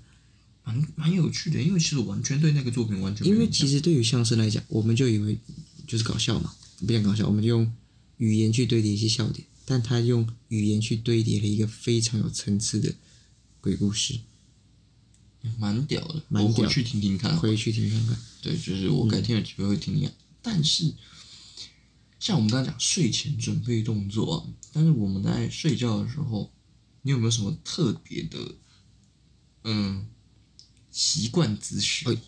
[SPEAKER 1] 蛮蛮有趣的，因为其实我完全对那个作品完全没
[SPEAKER 2] 因
[SPEAKER 1] 有
[SPEAKER 2] 为
[SPEAKER 1] 印象
[SPEAKER 2] 其实对于相声来讲，我们就以为就是搞笑嘛，不讲搞笑，我们就用语言去堆叠一些笑点，但他用语言去堆叠了一个非常有层次的鬼故事，
[SPEAKER 1] 蛮屌的，
[SPEAKER 2] 蛮
[SPEAKER 1] 我
[SPEAKER 2] 屌
[SPEAKER 1] 回
[SPEAKER 2] 的
[SPEAKER 1] 去听听看，
[SPEAKER 2] 回去听看看。
[SPEAKER 1] 对，就是我改天有机会会听你讲。啊但是，像我们刚才讲睡前准备动作啊，但是我们在睡觉的时候，你有没有什么特别的，嗯，习惯姿势？
[SPEAKER 2] 哎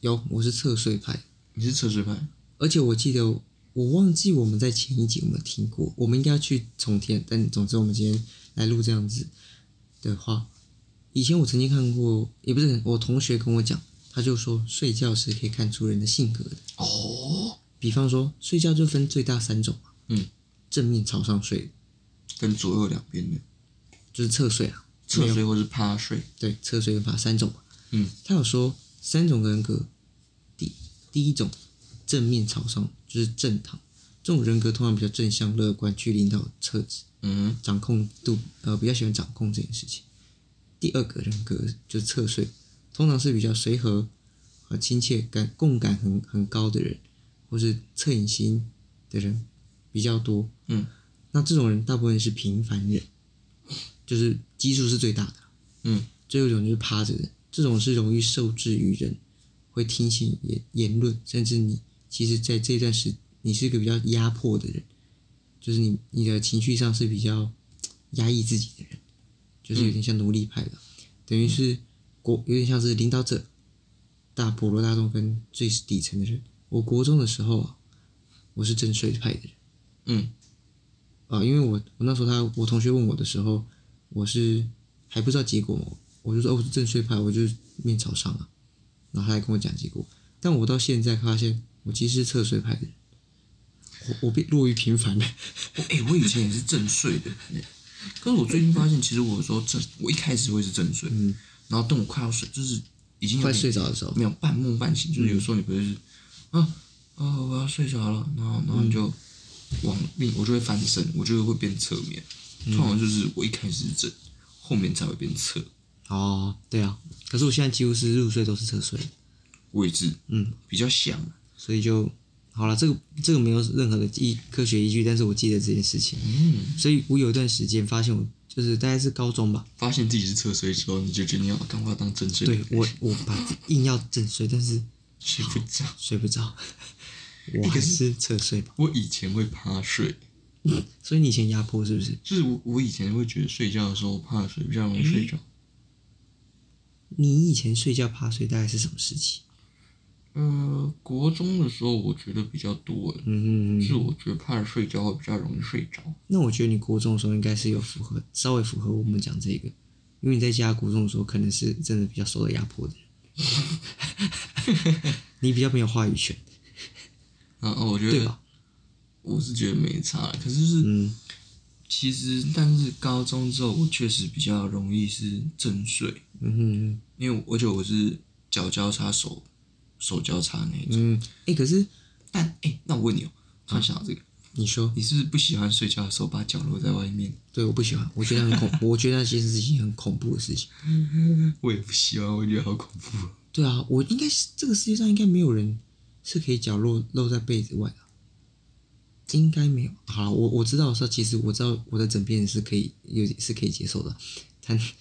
[SPEAKER 2] 有，我是侧睡派，
[SPEAKER 1] 你是侧睡派？
[SPEAKER 2] 而且我记得我忘记我们在前一集有没有听过，我们应该要去重听，但总之我们今天来录这样子的话，以前我曾经看过，也不是我同学跟我讲，他就说睡觉是可以看出人的性格的。
[SPEAKER 1] 哦，
[SPEAKER 2] 比方说，睡觉就分最大三种嘛，
[SPEAKER 1] 嗯，
[SPEAKER 2] 正面朝上睡，
[SPEAKER 1] 跟左右两边的
[SPEAKER 2] 就是侧睡啊，
[SPEAKER 1] 侧睡或是趴睡。
[SPEAKER 2] 对，侧睡跟法三种嘛，
[SPEAKER 1] 嗯，
[SPEAKER 2] 他有说三种人格，第第一种正面朝上就是正堂。这种人格通常比较正向、乐观、去领导特质，
[SPEAKER 1] 嗯哼，
[SPEAKER 2] 掌控度呃比较喜欢掌控这件事情。第二个人格就是侧睡，通常是比较随和和亲切感、共感很很高的人，或是恻隐心的人比较多。
[SPEAKER 1] 嗯，
[SPEAKER 2] 那这种人大部分是平凡人，就是基数是最大的。
[SPEAKER 1] 嗯，
[SPEAKER 2] 最后一种就是趴着的，这种是容易受制于人，会听信言言论，甚至你其实在这段时你是一个比较压迫的人，就是你你的情绪上是比较压抑自己的人，就是
[SPEAKER 1] 嗯
[SPEAKER 2] 有点像奴隶派的，等于是国有点像是领导者，大普罗大众跟最底层的人。我国中的时候啊，我是正睡派的人。
[SPEAKER 1] 嗯
[SPEAKER 2] 啊，因为我我那时候他我同学问我的时候，我是还不知道结果嘛，我就说哦我是正确派，我就是面朝上啊，然后他还跟我讲结果，但我到现在发现我其实是侧睡派的人，我我被落于平凡了，
[SPEAKER 1] 我哎、我以前也是正睡的， <laughs> 可是我最近发现，其实我有时候正，我一开始会是正睡，嗯，然后等我快要睡，就是已经有
[SPEAKER 2] 快
[SPEAKER 1] 点
[SPEAKER 2] 睡着的时候
[SPEAKER 1] 没有半梦半醒，
[SPEAKER 2] 嗯
[SPEAKER 1] 就是有时候你不会是啊啊我要睡着了，然后然
[SPEAKER 2] 嗯
[SPEAKER 1] 后你就往另我就会翻身，我就会变侧面，
[SPEAKER 2] 嗯
[SPEAKER 1] 通常就是我一开始是正，后面才会变侧，
[SPEAKER 2] 哦，对啊，可是我现在几乎是入睡都是侧睡，
[SPEAKER 1] 位置嗯比较像，
[SPEAKER 2] 所以就好了，这个这个没有任何的依科学依据，但是我记得这件事情，
[SPEAKER 1] 嗯，
[SPEAKER 2] 所以我有一段时间发现我就是大概是高中吧，
[SPEAKER 1] 发现自己是侧睡之后，你就决定要赶快当正睡，
[SPEAKER 2] 对我我把硬要正睡，但是。
[SPEAKER 1] 睡不着。
[SPEAKER 2] 睡不着，我
[SPEAKER 1] 可
[SPEAKER 2] 还
[SPEAKER 1] 是
[SPEAKER 2] 是侧睡吧。
[SPEAKER 1] 我以前会趴睡，
[SPEAKER 2] 所以你以前压迫是不是？
[SPEAKER 1] 就是我我以前会觉得睡觉的时候怕睡比较容易睡着，
[SPEAKER 2] 你以前睡觉趴睡大概是什么时期？
[SPEAKER 1] 呃，国中的时候我觉得比较多，
[SPEAKER 2] 嗯
[SPEAKER 1] 就是我觉得怕睡觉会比较容易睡着。
[SPEAKER 2] 那我觉得你国中的时候应该是有符合，稍微符合我们讲这个，因为你在家国中的时候可能是真的比较受到压迫 <laughs> 的人，你比较没有话语权，
[SPEAKER 1] 啊啊，我觉
[SPEAKER 2] 对
[SPEAKER 1] 得
[SPEAKER 2] 吧？
[SPEAKER 1] 我是觉得没差，可是就是、
[SPEAKER 2] 嗯
[SPEAKER 1] 其实但是高中之后我确实比较容易是正睡，
[SPEAKER 2] 嗯哼
[SPEAKER 1] 因为我而且我是脚交叉手手交叉那一种。
[SPEAKER 2] 嗯，哎、可是
[SPEAKER 1] 但哎、那我问你哦，突然想到这个，
[SPEAKER 2] 你说
[SPEAKER 1] 你是不是不喜欢睡觉的时候把脚露在外面？ <laughs>
[SPEAKER 2] 对，我不喜欢，我觉得很恐 <laughs> 怖，我觉得那件事情很恐怖的事情。
[SPEAKER 1] 我也不喜欢，我觉得好恐怖哦。
[SPEAKER 2] 对啊，我应该是这个世界上应该没有人是可以脚露露在被子外的，啊应该没有。好了，我我知道的时候，其实我知道我的枕边人是可以有是可以接受的，啊但 <laughs>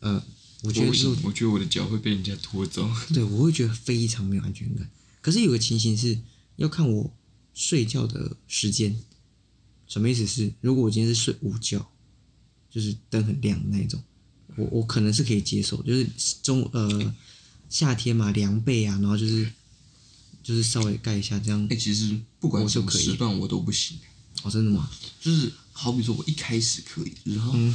[SPEAKER 2] 呃，我觉
[SPEAKER 1] 我
[SPEAKER 2] 得
[SPEAKER 1] 不行
[SPEAKER 2] 露，
[SPEAKER 1] 哦我觉得我的脚会被人家拖走。 <laughs>
[SPEAKER 2] 对我会觉得非常没有安全感。可是有个情形是要看我睡觉的时间，什么意思是，如果我今天是睡午觉，就是灯很亮的那一种，我我可能是可以接受，就是中呃夏天嘛凉被啊，然后就是就是稍微盖一下这样
[SPEAKER 1] 哎、。其实不管
[SPEAKER 2] 我
[SPEAKER 1] 什
[SPEAKER 2] 就
[SPEAKER 1] 么
[SPEAKER 2] 可以
[SPEAKER 1] 时段我都不行，
[SPEAKER 2] 哦，真的吗？
[SPEAKER 1] 就是好比说我一开始可以，然后、
[SPEAKER 2] 嗯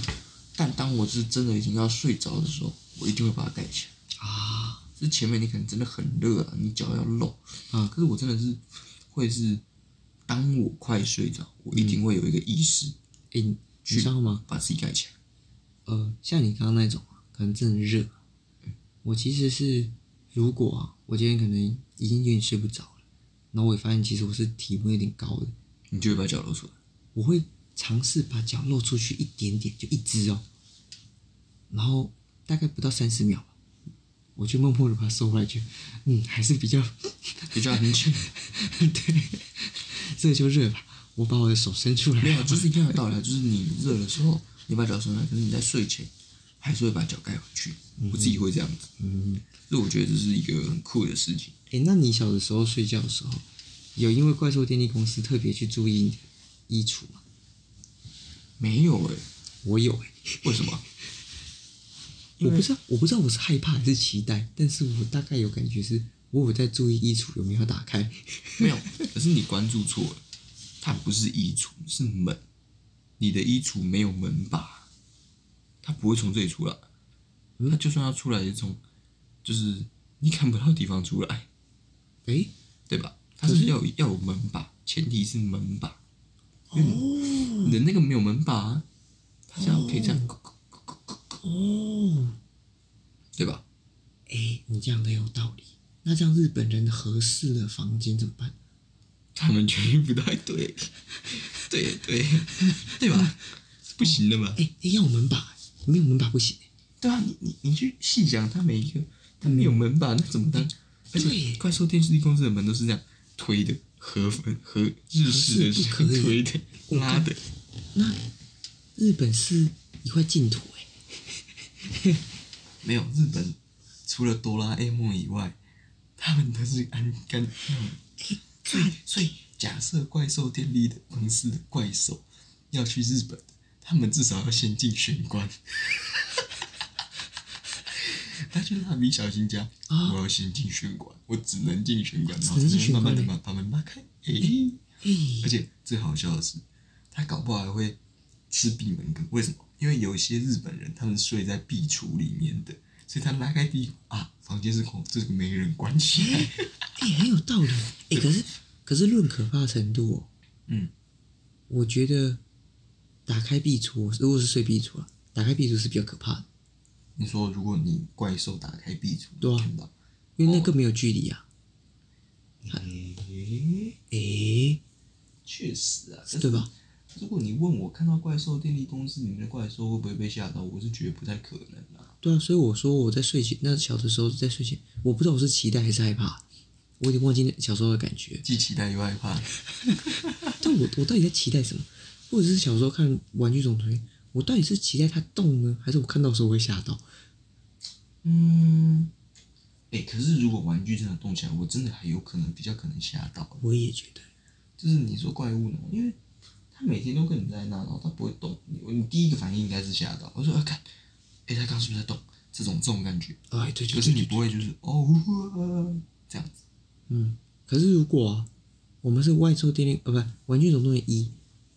[SPEAKER 1] 但当我是真的已经要睡着的时候，我一定会把它盖起来。
[SPEAKER 2] 啊
[SPEAKER 1] 就是前面你可能真的很热啊，你脚要露
[SPEAKER 2] 嗯
[SPEAKER 1] 可是我真的是会是，当我快睡着，我一定会有一个意识
[SPEAKER 2] 诶，你你知道吗？
[SPEAKER 1] 把自己盖起来。
[SPEAKER 2] 呃，像你刚刚那种啊，可能真的热。嗯我其实是，如果啊，我今天可能已经有点睡不着了，然后我也发现其实我是体温有点高的，
[SPEAKER 1] 你就会把脚露出来，
[SPEAKER 2] 我会尝试把脚露出去一点点，就一只哦，然后大概不到三十秒吧，我就默默的把它收回来，就嗯，还是比较， <laughs>
[SPEAKER 1] 比较安全。
[SPEAKER 2] 对，这个就热吧，我把我的手伸出来，
[SPEAKER 1] 没有，就是一样的道理啊，就是你热的时候，你把脚伸出来，可是你在睡前还是会把脚盖回去。我自己会这样子，
[SPEAKER 2] 嗯，
[SPEAKER 1] 所以我觉得这是一个很酷的事情。
[SPEAKER 2] 诶，那你小的时候睡觉的时候，有因为怪兽电力公司特别去注意你的衣橱吗？
[SPEAKER 1] 没有诶、
[SPEAKER 2] 我有诶，
[SPEAKER 1] 为什么？
[SPEAKER 2] 我不知道，我不知道我是害怕还是期待，但是我大概有感觉是，我有在注意衣橱有没有要打开。 <laughs>
[SPEAKER 1] 没有，可是你关注错了，它不是衣橱，是门。你的衣橱没有门把，它不会从这里出来。它就算要出来，也从就是你看不到的地方出来，
[SPEAKER 2] 诶，
[SPEAKER 1] 对吧？它是要有要有门把，前提是门把。嗯，你的那个没有门把啊，它这样可以这样，
[SPEAKER 2] 哦，
[SPEAKER 1] 对吧？
[SPEAKER 2] 诶，你这样的有道理。那这样日本人合适的房间怎么办？
[SPEAKER 1] 他们决定不太对，对对对吧？不行的嘛。
[SPEAKER 2] 哎、哎要有门把，没有门把不行。
[SPEAKER 1] 对啊，你你你去细想，他每一个他没有门把，那怎么当？而且
[SPEAKER 2] 对
[SPEAKER 1] 快速电视公司的门都是这样推的，和分和日式的
[SPEAKER 2] 不
[SPEAKER 1] 是
[SPEAKER 2] 可
[SPEAKER 1] 推
[SPEAKER 2] 以
[SPEAKER 1] 的拉的，
[SPEAKER 2] 那日本是一块净土哎、
[SPEAKER 1] 没有日本除了哆啦 A 梦以外，他们都是安干。嗯所以
[SPEAKER 2] 看，
[SPEAKER 1] 所以假设怪兽电力的公司的怪兽要去日本，他们至少要先进玄关。 <laughs> 他去蜡笔小新家，
[SPEAKER 2] 啊
[SPEAKER 1] 我要先进玄关，我只能进玄关，然
[SPEAKER 2] 只
[SPEAKER 1] 后
[SPEAKER 2] 能进
[SPEAKER 1] 慢慢的
[SPEAKER 2] 玄
[SPEAKER 1] 把
[SPEAKER 2] 关
[SPEAKER 1] 把门拉开。诶、
[SPEAKER 2] 哎、
[SPEAKER 1] 而且最好笑的是，他搞不好还会吃闭门羹。为什么？因为有些日本人他们睡在壁橱里面的，所以他拉开第一啊，房间是空，这个没人关起来。
[SPEAKER 2] 哎、很有道理。哎、可是可是论可怕程度哦，
[SPEAKER 1] 嗯，
[SPEAKER 2] 我觉得打开壁橱，如果是睡壁橱啊，打开壁橱是比较可怕的，
[SPEAKER 1] 你说如果你怪兽打开壁橱，
[SPEAKER 2] 对啊
[SPEAKER 1] 看到，
[SPEAKER 2] 因
[SPEAKER 1] 哦
[SPEAKER 2] 为那更没有距离啊。
[SPEAKER 1] 诶，
[SPEAKER 2] 哎、
[SPEAKER 1] 确实啊，
[SPEAKER 2] 对吧？
[SPEAKER 1] 如果你问我看到怪兽电力公司里面的怪兽会不会被吓到，我是觉得不太可能啊。
[SPEAKER 2] 对啊，所以我说我在睡前，那小的时候在睡前，我不知道我是期待还是害怕，我有点忘记那小时候的感觉。
[SPEAKER 1] 既期待又害怕，
[SPEAKER 2] 但我我到底在期待什么？或者是小时候看《玩具总动员》，我到底是期待它动呢，还是我看到的时候会吓到？
[SPEAKER 1] 嗯，诶，可是如果玩具真的动起来，我真的还有可能比较可能吓到。
[SPEAKER 2] 我也觉得，
[SPEAKER 1] 就是你说怪物呢，因为他每天都跟你在那，然后他不会动，你你第一个反应应该是吓到，我说啊看，哎、他刚是不是在动？这种这种感觉，
[SPEAKER 2] 哎，对
[SPEAKER 1] 可
[SPEAKER 2] 对
[SPEAKER 1] 是
[SPEAKER 2] 对
[SPEAKER 1] 你
[SPEAKER 2] 对，
[SPEAKER 1] 不会就是哦哇这样子，
[SPEAKER 2] 嗯。可是如果、啊、我们是外周电力，呃，不，《玩具总动员一》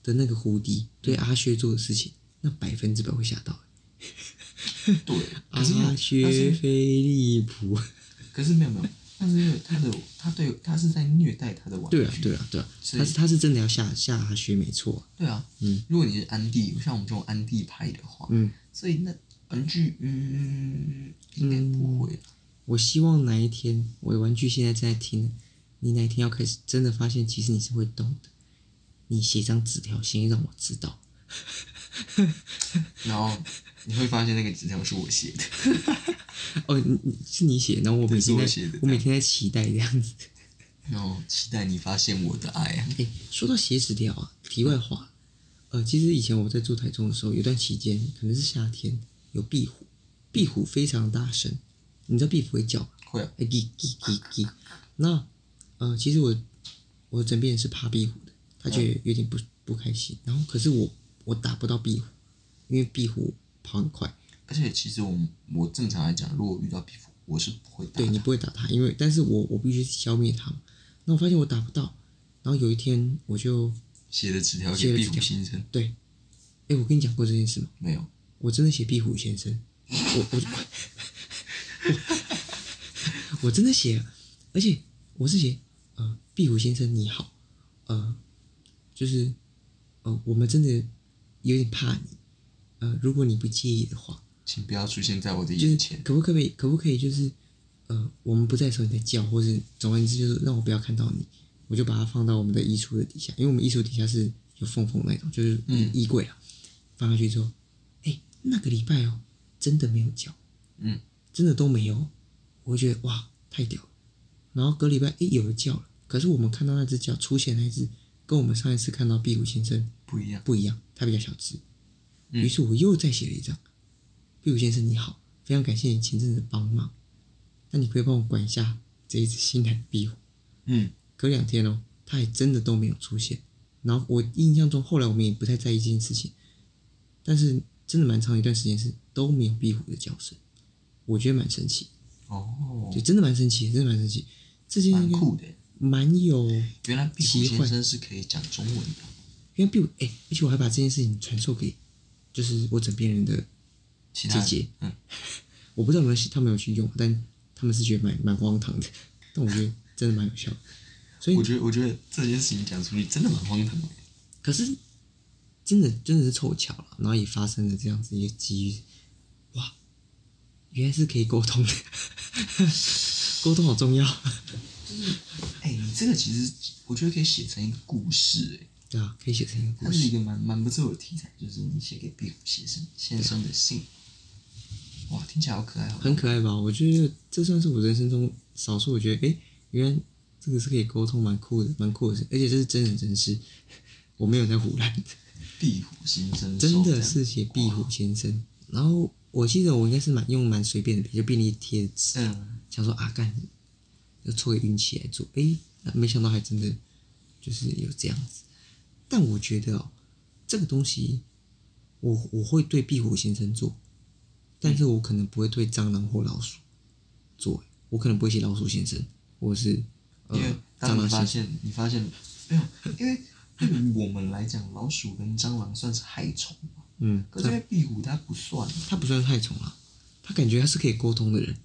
[SPEAKER 2] 的那个胡迪对阿薛做的事情，那百分之百会吓到。欸
[SPEAKER 1] 对，可
[SPEAKER 2] 阿
[SPEAKER 1] 是没有，但
[SPEAKER 2] 薛
[SPEAKER 1] 是
[SPEAKER 2] 菲利普，
[SPEAKER 1] 可是没有没有，但是因为他的他对他是在虐待他的玩具，
[SPEAKER 2] <laughs> 对啊，对啊，对啊，
[SPEAKER 1] 所以
[SPEAKER 2] 他是他是真的要吓吓阿薛，没错。
[SPEAKER 1] 对啊，
[SPEAKER 2] 嗯，
[SPEAKER 1] 如果你是安迪，像我们这种安迪派的话，
[SPEAKER 2] 嗯，
[SPEAKER 1] 所以那玩具嗯应该不会啊，
[SPEAKER 2] 我希望哪一天，我的玩具现在正在听，你哪一天要开始真的发现，其实你是会动的，你写张纸条先让我知道。
[SPEAKER 1] 然后你会发现那个纸条是我写的，
[SPEAKER 2] 哦，你你是你写，然后我
[SPEAKER 1] 对
[SPEAKER 2] 每
[SPEAKER 1] 是
[SPEAKER 2] 天
[SPEAKER 1] 我
[SPEAKER 2] 在
[SPEAKER 1] 写的
[SPEAKER 2] 我每天在期待这样子。 <laughs>
[SPEAKER 1] 然后期待你发现我的爱啊。
[SPEAKER 2] 哎，说到写纸条啊，题外话，呃，其实以前我在住台中的时候，有段期间可能是夏天，有壁虎，壁虎非常大声，你知道壁虎会叫吗？
[SPEAKER 1] 会啊，
[SPEAKER 2] 哎，叽叽叽叽。那呃，其实我我枕边人是怕壁虎的，他就有点不不开心。然后可是我我打不到壁虎，因为壁虎跑很快，
[SPEAKER 1] 而且其实我们我正常来讲，如果遇到壁虎，我是不会打
[SPEAKER 2] 对你
[SPEAKER 1] 的。
[SPEAKER 2] 不会打它，因为但是我我必须消灭它嘛。那我发现我打不到，然后有一天我就
[SPEAKER 1] 写的纸条
[SPEAKER 2] 写
[SPEAKER 1] 给
[SPEAKER 2] 的
[SPEAKER 1] 壁
[SPEAKER 2] 纸
[SPEAKER 1] 虎
[SPEAKER 2] 条
[SPEAKER 1] 先生
[SPEAKER 2] 对，哎，我跟你讲过这件事吗？
[SPEAKER 1] 没有，
[SPEAKER 2] 我真的写壁虎先生，我我我我真的写了，而且我是写呃壁虎先生你好，呃就是呃我们真的有点怕你，呃如果你不介意的话，
[SPEAKER 1] 请不要出现在我的
[SPEAKER 2] 就是
[SPEAKER 1] 眼前。
[SPEAKER 2] 可不可以可不可以就是呃我们不在的时候你再叫，或是总而言之就是让我不要看到你，我就把它放到我们的衣橱的底下，因为我们衣橱底下是有缝缝那种，就是
[SPEAKER 1] 嗯
[SPEAKER 2] 衣柜啊，放上去之后，哎、那个礼拜哦真的没有叫，
[SPEAKER 1] 嗯，
[SPEAKER 2] 真的都没有，我会觉得哇太屌了。然后隔礼拜诶有了叫了，可是我们看到那只叫出现那只，跟我们上一次看到壁虎先生
[SPEAKER 1] 不一样。
[SPEAKER 2] 不一样，它比较小只。
[SPEAKER 1] 嗯
[SPEAKER 2] 于是我又再写了一张，壁虎先生你好，非常感谢你前阵子的帮忙，那你可不可以帮我管一下这一只新来的壁虎。
[SPEAKER 1] 嗯，
[SPEAKER 2] 隔两天哦，它还真的都没有出现。然后我印象中，后来我们也不太在意这件事情，但是真的蛮长一段时间是都没有壁虎的叫声，我觉得蛮神奇的。
[SPEAKER 1] 哦
[SPEAKER 2] 对，，真的蛮神奇的，真的蛮神奇。这件
[SPEAKER 1] 蛮
[SPEAKER 2] 应该
[SPEAKER 1] 酷的。欸
[SPEAKER 2] 蛮有，
[SPEAKER 1] 原来壁虎
[SPEAKER 2] 奇
[SPEAKER 1] 先
[SPEAKER 2] 幻
[SPEAKER 1] 生是可以讲中文的。
[SPEAKER 2] 因为壁虎，哎、而且我还把这件事情传授给，就是我枕边人的，
[SPEAKER 1] 其他人
[SPEAKER 2] 姐姐，
[SPEAKER 1] 嗯，
[SPEAKER 2] 我不知道有没有他们有去用，但他们是觉得蛮蛮荒唐的，但我觉得真的蛮有效的。所以
[SPEAKER 1] 我觉得我觉得这件事情讲出去真的蛮荒唐的。
[SPEAKER 2] 可是真的真的是凑巧了，然后也发生了这样子一个机遇，哇， <laughs> 原来是可以沟通的，沟通好重要。
[SPEAKER 1] 哎、你这个其实我觉得可以写成一个故事、哎，
[SPEAKER 2] 对啊，可以写成一个
[SPEAKER 1] 它
[SPEAKER 2] 故
[SPEAKER 1] 是一
[SPEAKER 2] 事。
[SPEAKER 1] 个蛮蛮不错的题材，就是你写给壁虎先生先生的信。哇，听起来好可爱，好哦
[SPEAKER 2] 很可爱吧？我觉得这算是我人生中少数，我觉得诶，原来这个是可以沟通，蛮酷的，蛮酷的事，而且这是真人真事，我没有在胡乱，
[SPEAKER 1] 壁虎先生
[SPEAKER 2] 真的
[SPEAKER 1] 手
[SPEAKER 2] 是写壁虎先生。然后我记得我应该是蛮用蛮随便的，就便利贴纸，
[SPEAKER 1] 这样，嗯，
[SPEAKER 2] 想说啊干，就凑个运气来做，诶，没想到还真的就是有这样子。但我觉得哦，这个东西，我我会对壁虎先生做，但是我可能不会对蟑螂或老鼠做，我可能不会写老鼠先生，或者是呃
[SPEAKER 1] 因为
[SPEAKER 2] 蟑
[SPEAKER 1] 当你
[SPEAKER 2] 螂
[SPEAKER 1] 发
[SPEAKER 2] 先生，
[SPEAKER 1] 现你发现没有，因为对于我们来讲，老鼠跟蟑螂算是害虫嘛，
[SPEAKER 2] 嗯，
[SPEAKER 1] 可是因
[SPEAKER 2] 他
[SPEAKER 1] 为壁虎它不算，
[SPEAKER 2] 他不算害虫啊，他感觉他是可以沟通的人， <laughs>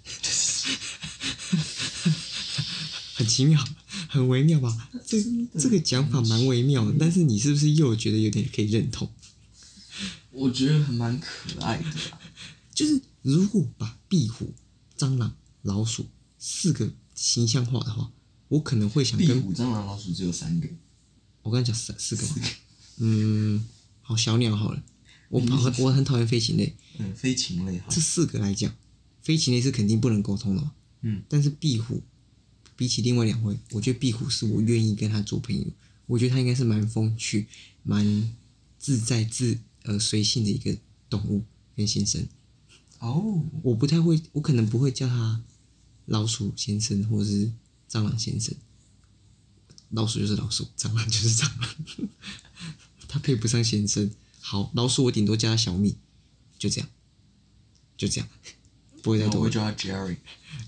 [SPEAKER 2] 很奇妙，很微妙吧？这这个讲法蛮微妙
[SPEAKER 1] 嗯
[SPEAKER 2] 的，但是你是不是又觉得有点可以认同？
[SPEAKER 1] 我觉得还蛮可爱的啦。
[SPEAKER 2] 就是如果把壁虎、蟑螂、老鼠四个形象化的话，我可能会想
[SPEAKER 1] 壁
[SPEAKER 2] 跟
[SPEAKER 1] 虎、蟑螂、老鼠只有三个，
[SPEAKER 2] 我刚才讲三四个嘛
[SPEAKER 1] 四个，
[SPEAKER 2] 嗯，好小鸟好了，我
[SPEAKER 1] 嗯
[SPEAKER 2] 跑我很讨厌飞禽类，
[SPEAKER 1] 嗯，飞禽类哈，
[SPEAKER 2] 这四个来讲，飞禽类是肯定不能沟通的嘛，
[SPEAKER 1] 嗯，
[SPEAKER 2] 但是壁虎比起另外两位，我觉得壁虎是我愿意跟他做朋友，我觉得他应该是蛮风趣、蛮自在自呃随性的一个动物跟先生。
[SPEAKER 1] 哦，
[SPEAKER 2] 我不太会，我可能不会叫他老鼠先生或者是蟑螂先生。老鼠就是老鼠，蟑螂就是蟑螂，他配不上先生。好，老鼠我顶多叫他小米，就这样，就这样，不会再
[SPEAKER 1] 那我
[SPEAKER 2] 多
[SPEAKER 1] 会。叫他 Jerry。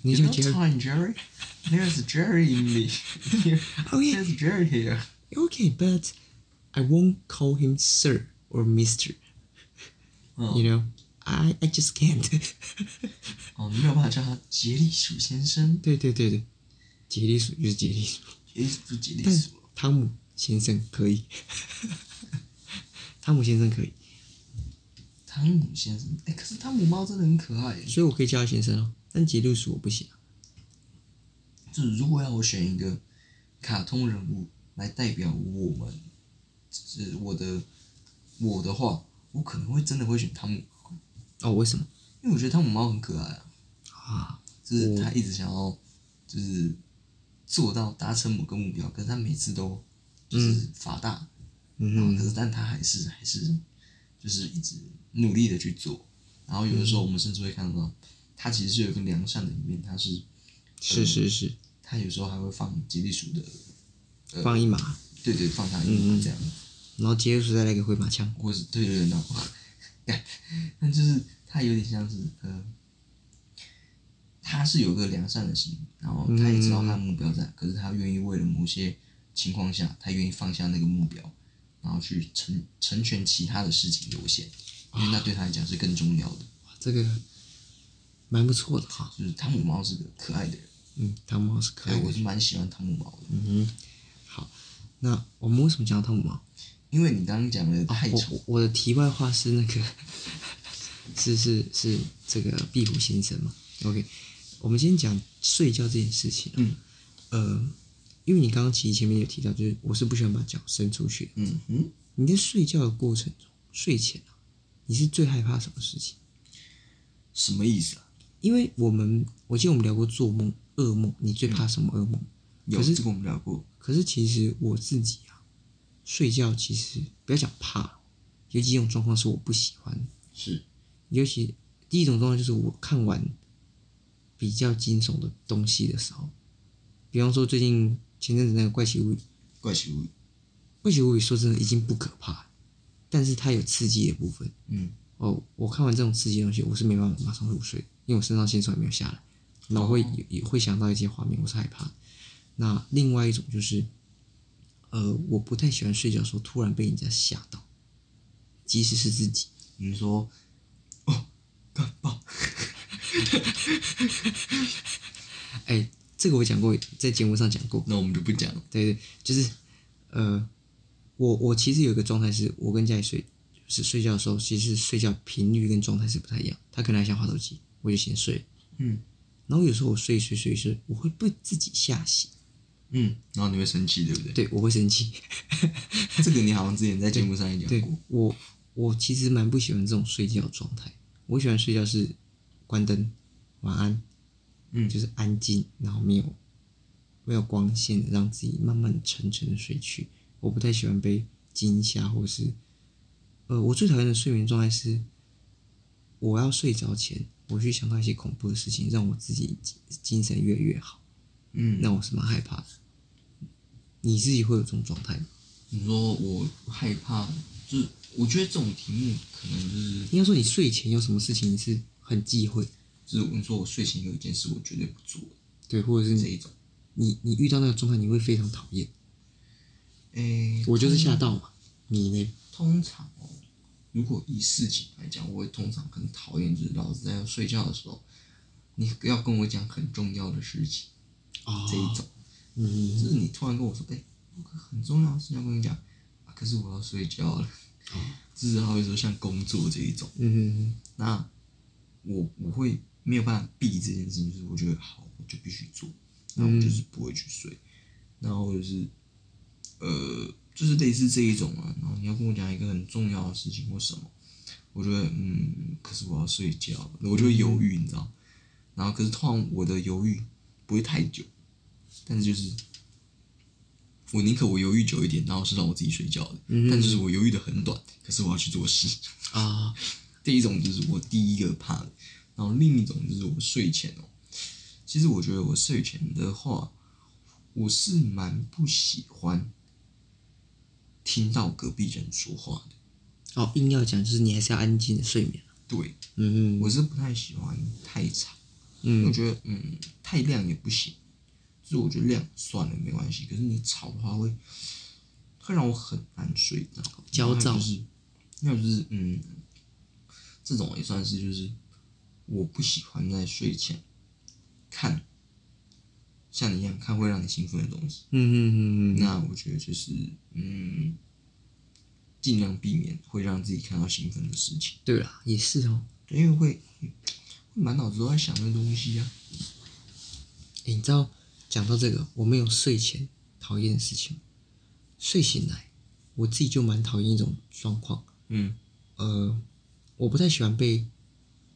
[SPEAKER 2] 你
[SPEAKER 1] You
[SPEAKER 2] 叫
[SPEAKER 1] know
[SPEAKER 2] Jerry，OK，、
[SPEAKER 1] Tom and Jerry? There's Jerry in me.
[SPEAKER 2] <laughs> Oh, yeah.
[SPEAKER 1] There's Jerry here.
[SPEAKER 2] but I won't call him sir or mister.
[SPEAKER 1] Oh.
[SPEAKER 2] You know, I I just can't. <laughs>
[SPEAKER 1] 哦，你没有办法叫他杰利鼠先生，
[SPEAKER 2] 对对对对，杰利鼠就是杰利鼠。
[SPEAKER 1] 杰利鼠就杰利
[SPEAKER 2] 但
[SPEAKER 1] 鼠。
[SPEAKER 2] 汤姆先生可以， <laughs> 汤姆先生可以，
[SPEAKER 1] 汤姆先生，哎、可是汤姆猫真的很可爱耶。
[SPEAKER 2] 所以我可以叫他先生哦。但杰利鼠我不行啊，
[SPEAKER 1] 就是如果要我选一个卡通人物来代表我们，就是我的我的话，我可能会真的会选汤姆猫，
[SPEAKER 2] 哦，为什么
[SPEAKER 1] 因为我觉得汤姆猫很可爱啊，
[SPEAKER 2] 啊？
[SPEAKER 1] 就是他一直想要就是做到达成某个目标，可是他每次都就是发大。然后
[SPEAKER 2] 嗯
[SPEAKER 1] 可
[SPEAKER 2] 哼，
[SPEAKER 1] 是但他还是还是就是一直努力的去做，然后有的时候我们甚至会看到他其实是有一个良善的一面，他是
[SPEAKER 2] 是是是，
[SPEAKER 1] 他有时候还会放吉利鼠的，
[SPEAKER 2] 放一马，
[SPEAKER 1] 对对，放他一马这样，
[SPEAKER 2] 然后杰利鼠再来个回马枪，
[SPEAKER 1] 或是对对对，然后 <laughs> 干，但就是他有点像是呃，他是有个良善的心，然后他也知道他的目标在，可是他愿意为了某些情况下，他愿意放下那个目标。然后去成成全其他的事情优先，因为那对他来讲是更重要的。
[SPEAKER 2] 哇，这个蛮不错的哈。
[SPEAKER 1] 就是汤姆猫是个可爱的人，
[SPEAKER 2] 嗯，汤姆猫是可
[SPEAKER 1] 对，
[SPEAKER 2] 爱
[SPEAKER 1] 哎我
[SPEAKER 2] 的。
[SPEAKER 1] 是蛮喜欢汤姆猫的。
[SPEAKER 2] 嗯哼，好，那我们为什么讲到汤姆啊猫？
[SPEAKER 1] 因为你刚刚讲的害
[SPEAKER 2] 我
[SPEAKER 1] 虫，
[SPEAKER 2] 我我的题外话是那个，是是是这个壁虎先生嘛？OK，我们先讲睡觉这件事情、啊。
[SPEAKER 1] 嗯，
[SPEAKER 2] 呃，因为你刚刚其实前面有提到，就是我是不喜欢把脚伸出去的。
[SPEAKER 1] 嗯哼，
[SPEAKER 2] 你在睡觉的过程中，睡前啊，你是最害怕什么事情？
[SPEAKER 1] 什么意思啊？
[SPEAKER 2] 因为我们我记得我们聊过做梦、噩梦，你最怕什么噩梦？
[SPEAKER 1] 有
[SPEAKER 2] 可是
[SPEAKER 1] 这个我们聊过，
[SPEAKER 2] 可是其实我自己啊，睡觉其实不要讲怕，有几种状况是我不喜欢的。
[SPEAKER 1] 是
[SPEAKER 2] 尤其第一种状况就是我看完比较惊悚的东西的时候，比方说最近前阵子那个《怪奇物语》，《
[SPEAKER 1] 怪奇物语。
[SPEAKER 2] 怪奇物语》说真的已经不可怕了，但是它有刺激的部分。
[SPEAKER 1] 嗯，
[SPEAKER 2] 哦，我看完这种刺激的东西，我是没办法马上入睡，因为我肾上腺素还没有下来，脑
[SPEAKER 1] 哦
[SPEAKER 2] 会也也会想到一些画面，我是害怕的。那另外一种就是，呃，我不太喜欢睡觉的时候突然被人家吓到，即使是自己。
[SPEAKER 1] 你是说，哦，干爆，
[SPEAKER 2] <laughs> 哎，这个我讲过，在节目上讲过。
[SPEAKER 1] 那我们就不讲了。
[SPEAKER 2] 对对，就是呃，我我其实有一个状态是，我跟家里睡就是睡觉的时候，其实睡觉频率跟状态是不太一样。他可能还想划手机，我就先睡了。
[SPEAKER 1] 嗯，
[SPEAKER 2] 然后有时候我睡一睡睡一睡，我会被自己吓醒，
[SPEAKER 1] 嗯，然后你会生气，对不对？
[SPEAKER 2] 对我会生气。
[SPEAKER 1] 这个你好像之前在节目上也讲
[SPEAKER 2] 对
[SPEAKER 1] 过。
[SPEAKER 2] 我，我其实蛮不喜欢这种睡觉的状态。我喜欢睡觉是关灯，晚安，
[SPEAKER 1] 嗯
[SPEAKER 2] 就是安静，然后没有没有光线，让自己慢慢沉沉的睡去。我不太喜欢被惊吓，或是呃，我最讨厌的睡眠状态是，我要睡着前，我去想到一些恐怖的事情，让我自己精精神越来越好。
[SPEAKER 1] 嗯，
[SPEAKER 2] 那我是蛮害怕的。你自己会有这种状态吗？
[SPEAKER 1] 你说我害怕，就是我觉得这种题目可能就是，
[SPEAKER 2] 应该说你睡前有什么事情你是很忌讳，
[SPEAKER 1] 就是你说我睡前有一件事我绝对不做的
[SPEAKER 2] 对，或者是
[SPEAKER 1] 这
[SPEAKER 2] 你
[SPEAKER 1] 一种。
[SPEAKER 2] 你你遇到那个状态你会非常讨厌。
[SPEAKER 1] 诶、
[SPEAKER 2] 我就是吓到嘛，你呢？
[SPEAKER 1] 哎通常哦，如果以事情来讲，我会通常很讨厌，就是老子在睡觉的时候，你要跟我讲很重要的事情、
[SPEAKER 2] 哦
[SPEAKER 1] 这一种，就
[SPEAKER 2] 嗯，
[SPEAKER 1] 是你突然跟我说，哎、有个很重要的事情要跟你讲、啊，可是我要睡觉了。就是好比说像工作这一种，
[SPEAKER 2] 嗯，
[SPEAKER 1] 那我我会没有办法避这件事情，就是我觉得好，我就必须做，那我就是不会去睡，然后就是呃，就是类似这一种啊，然后你要跟我讲一个很重要的事情或什么，我觉得嗯，可是我要睡觉了，我就会犹豫，你知道，然后可是通常我的犹豫不会太久，但是就是。我宁可我犹豫久一点，然后是让我自己睡觉的，但就是我犹豫的很短，可是我要去做事。
[SPEAKER 2] 啊，
[SPEAKER 1] 第一种就是我第一个怕的，然后另一种就是我睡前哦。其实我觉得我睡前的话，我是蛮不喜欢听到隔壁人说话的。
[SPEAKER 2] 哦，硬要讲就是你还是要安静的睡眠。
[SPEAKER 1] 对，
[SPEAKER 2] 嗯
[SPEAKER 1] 我是不太喜欢太吵，因为我
[SPEAKER 2] 嗯
[SPEAKER 1] 觉得嗯太亮也不行，就是我觉得亮算了没关系，可是你吵的话会会让我很难睡着，
[SPEAKER 2] 焦
[SPEAKER 1] 还
[SPEAKER 2] 躁
[SPEAKER 1] 有就是，还有就是嗯，这种也算是就是我不喜欢在睡前看像你一样看会让你兴奋的东西，
[SPEAKER 2] 嗯嗯嗯嗯，
[SPEAKER 1] 那我觉得就是嗯，尽量避免会让自己看到兴奋的事情，
[SPEAKER 2] 对啦，也是哦。
[SPEAKER 1] 对，因为会会满脑子都在想那东西啊，
[SPEAKER 2] 诶你知道讲到这个，我们有睡前讨厌的事情吗，睡醒来，我自己就蛮讨厌一种状况，
[SPEAKER 1] 嗯
[SPEAKER 2] 呃，我不太喜欢被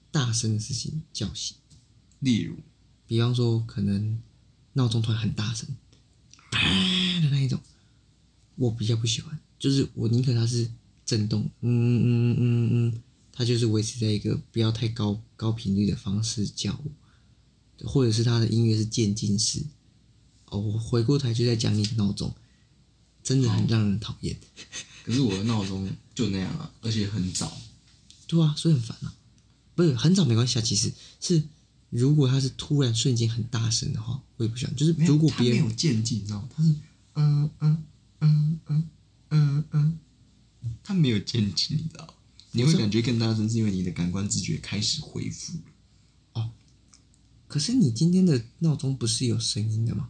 [SPEAKER 2] 大声的事情叫醒，
[SPEAKER 1] 例如。
[SPEAKER 2] 比方说可能闹钟突然很大声，啪的那一种，我比较不喜欢，就是我宁可它是震动，嗯嗯嗯嗯，它就是维持在一个不要太高高频率的方式叫我，或者是它的音乐是渐进式，哦，我回过头就在讲你的闹钟，真的很让人讨厌，
[SPEAKER 1] 可是我的闹钟就那样啊，而且很早。
[SPEAKER 2] 对啊，所以很烦啊。不是很早没关系啊，其实是如果它是突然瞬间很大声的话，我也不喜欢。就是
[SPEAKER 1] 没有
[SPEAKER 2] 如果
[SPEAKER 1] 它
[SPEAKER 2] 别
[SPEAKER 1] 没有
[SPEAKER 2] 人
[SPEAKER 1] 渐进，你知道吗？它是嗯嗯嗯嗯嗯嗯，它没有渐进，你知道吗？你会感觉更大声，是因为你的感官知觉开始恢复了。
[SPEAKER 2] 可是你今天的闹钟不是有声音的吗？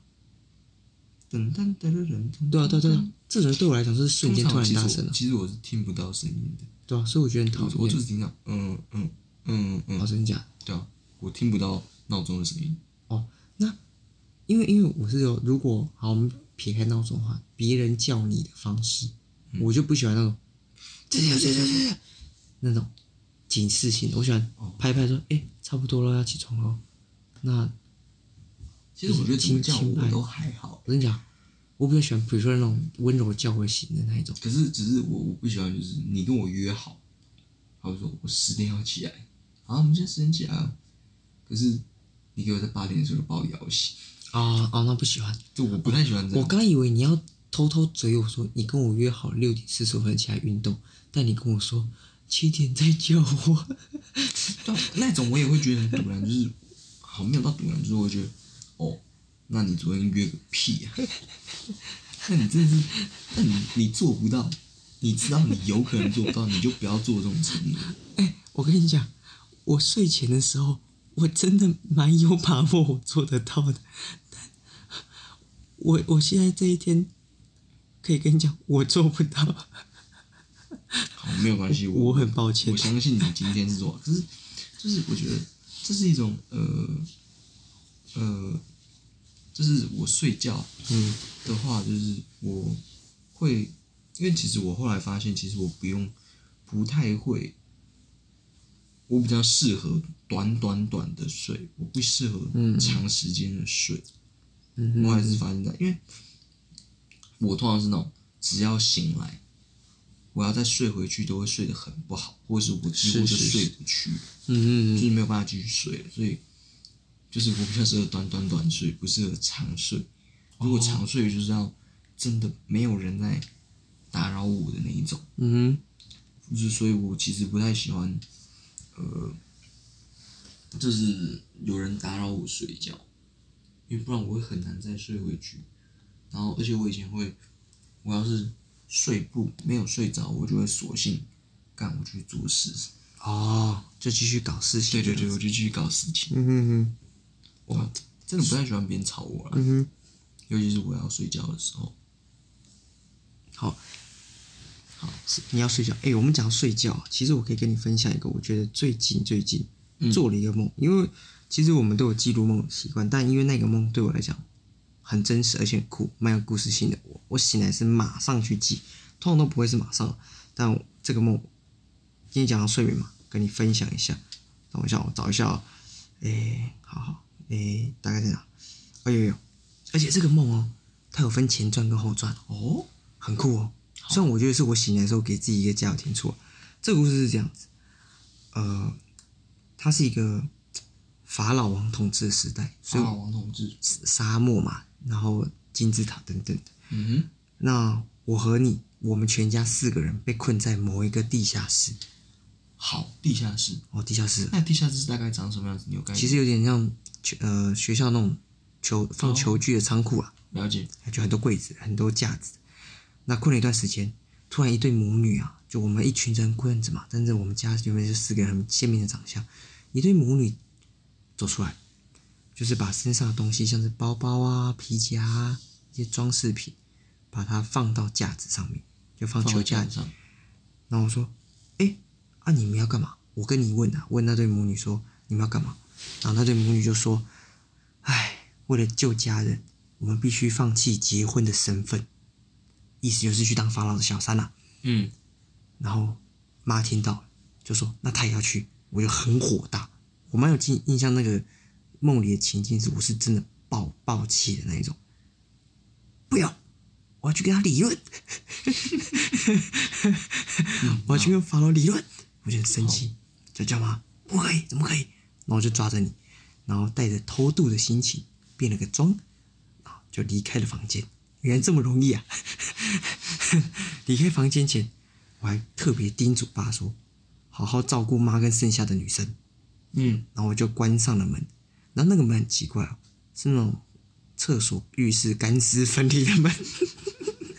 [SPEAKER 1] 噔噔噔噔噔噔。
[SPEAKER 2] 对啊，对啊，对
[SPEAKER 1] 噔
[SPEAKER 2] 啊，这种对我来讲就是瞬间突然大声
[SPEAKER 1] 通常
[SPEAKER 2] 了，
[SPEAKER 1] 其实我其实我是听不到声音的，
[SPEAKER 2] 对啊，所以我觉得很讨
[SPEAKER 1] 我嗯我
[SPEAKER 2] 厌。
[SPEAKER 1] 就是听到嗯嗯嗯
[SPEAKER 2] 哦，
[SPEAKER 1] 嗯，
[SPEAKER 2] 真假的？
[SPEAKER 1] 对啊，我听不到闹钟的声音。
[SPEAKER 2] 哦，那因为因为我是有，如果好，我们撇开闹钟的话，别人叫你的方式，
[SPEAKER 1] 嗯
[SPEAKER 2] 我就不喜欢那种，对对对对对，那种警示性的，我喜欢
[SPEAKER 1] 哦
[SPEAKER 2] 拍拍说，哎、差不多了，要起床了。那
[SPEAKER 1] 其实我觉得怎么叫
[SPEAKER 2] 轻轻拍
[SPEAKER 1] 我都还好，
[SPEAKER 2] 我跟你讲，我比较喜欢，比如说那种温柔叫我醒的那一种。
[SPEAKER 1] 可是只是我我不喜欢，就是你跟我约好，好比说我十点要起来，好，我们现在十点起来啊，可是你给我在八点的时候就把我摇醒，
[SPEAKER 2] 啊哦，那不喜欢。
[SPEAKER 1] 就我不太喜欢这
[SPEAKER 2] 我
[SPEAKER 1] 样。
[SPEAKER 2] 刚以为你要偷偷嘴我说，你跟我约好六点四十分起来运动，但你跟我说七点再叫我。 <laughs>
[SPEAKER 1] 对啊那种我也会觉得很堵然，就是好没有到堵然，就是我会觉得哦，那你昨天约个屁啊！ <laughs> 那你真的是，那你你做不到，你知道你有可能做不到，你就不要做这种承诺。
[SPEAKER 2] 哎、我跟你讲，我睡前的时候，我真的蛮有把握我做得到的。但我我现在这一天，可以跟你讲，我做不到。
[SPEAKER 1] 好，没有关系，
[SPEAKER 2] 我很抱歉
[SPEAKER 1] 我相信你今天是做好，可是就是我觉得这是一种呃呃，就是我睡觉
[SPEAKER 2] 嗯
[SPEAKER 1] 的话，就是我会，因为其实我后来发现，其实我不用，不太会，我比较适合短短短的睡，我不适合
[SPEAKER 2] 嗯
[SPEAKER 1] 长时间的睡。
[SPEAKER 2] 嗯
[SPEAKER 1] 我还
[SPEAKER 2] 哼
[SPEAKER 1] 是发现在，因为我通常是那种只要醒来，我要再睡回去都会睡得很不好，或是我几乎
[SPEAKER 2] 是
[SPEAKER 1] 就是睡
[SPEAKER 2] 是
[SPEAKER 1] 不去，
[SPEAKER 2] 嗯
[SPEAKER 1] 就
[SPEAKER 2] 嗯
[SPEAKER 1] 是
[SPEAKER 2] 嗯
[SPEAKER 1] 没有办法继续睡了，所以就是我比较适合短短短睡，不适合长睡。如果长睡就是要真的没有人在打扰我的那一种，
[SPEAKER 2] 嗯哼
[SPEAKER 1] 就是所以我其实不太喜欢，呃，就是有人打扰我睡觉，因为不然我会很难再睡回去。然后，而且我以前会，我要是睡不没有睡着，我就会索性干我就去做事。
[SPEAKER 2] 哦，就继续搞事
[SPEAKER 1] 对
[SPEAKER 2] 情。
[SPEAKER 1] 对对，我就继续搞事情。
[SPEAKER 2] 嗯哼哼
[SPEAKER 1] 我真的不太喜欢别人吵我啦，
[SPEAKER 2] 嗯哼，
[SPEAKER 1] 尤其是我要睡觉的时候。
[SPEAKER 2] 好，好，是你要睡觉。哎，我们讲到睡觉，其实我可以跟你分享一个，我觉得最近最近做了一个梦，因为其实我们都有记录梦的习惯，但因为那个梦对我来讲很真实，而且很酷，蛮有故事性的。我我醒来是马上去记，通常都不会是马上，但这个梦，今天讲到睡眠嘛，跟你分享一下。等我一下，我找一下、哦。哎，好好，哎，大概在哪？哎呦呦，而且这个梦哦，它有分前传跟后传哦。
[SPEAKER 1] 哦，
[SPEAKER 2] 很酷哦。虽然我觉得是我醒来的时候给自己一个加油添醋。啊这个故事是这样子，呃，它是一个法老王统治的时代，所
[SPEAKER 1] 所
[SPEAKER 2] 以
[SPEAKER 1] 以王同志，
[SPEAKER 2] 沙漠嘛，然后金字塔等等的。
[SPEAKER 1] 嗯
[SPEAKER 2] 那我和你，我们全家四个人被困在某一个地下室。
[SPEAKER 1] 哼，好，地下室。
[SPEAKER 2] 哦，地下室，
[SPEAKER 1] 那地下室大概长什么样子？你有概念？
[SPEAKER 2] 其实有点像球呃学校那种球放球具的仓库啊。
[SPEAKER 1] 了解，
[SPEAKER 2] 就很多柜子、很多架子。那困了一段时间，突然一对母女啊，就我们一群人困着嘛，但是我们家原本就四个人很鲜明的长相，一对母女走出来，就是把身上的东西，像是包包啊、皮夹啊一些装饰品，把它放到架子上面，哦就放
[SPEAKER 1] 放
[SPEAKER 2] 球
[SPEAKER 1] 到
[SPEAKER 2] 架
[SPEAKER 1] 架
[SPEAKER 2] 子
[SPEAKER 1] 子上。
[SPEAKER 2] 然后我说：“哎、啊，你们要干嘛？”我跟你问啊，问那对母女说：“你们要干嘛？”然后那对母女就说：“哎，为了救家人，我们必须放弃结婚的身份，意思就是去当法老的小三啊啦、
[SPEAKER 1] 嗯，
[SPEAKER 2] 然后妈听到就说：“那她也要去。”我就很火大，我蛮有记印象那个梦里的情境是，我是真的爆爆气的那一种，不要，我要去跟他理论，我要去跟法老理论，我就很生气，就叫妈不可以，怎么可以？然后我就抓着你，然后带着偷渡的心情变了个妆，然后就离开了房间。原来这么容易啊！ <laughs> 离开房间前，我还特别叮嘱爸说，好好照顾妈跟剩下的女生。
[SPEAKER 1] 嗯，
[SPEAKER 2] 然后我就关上了门。然后那个门很奇怪哦，是那种厕所、浴室干湿分离的门。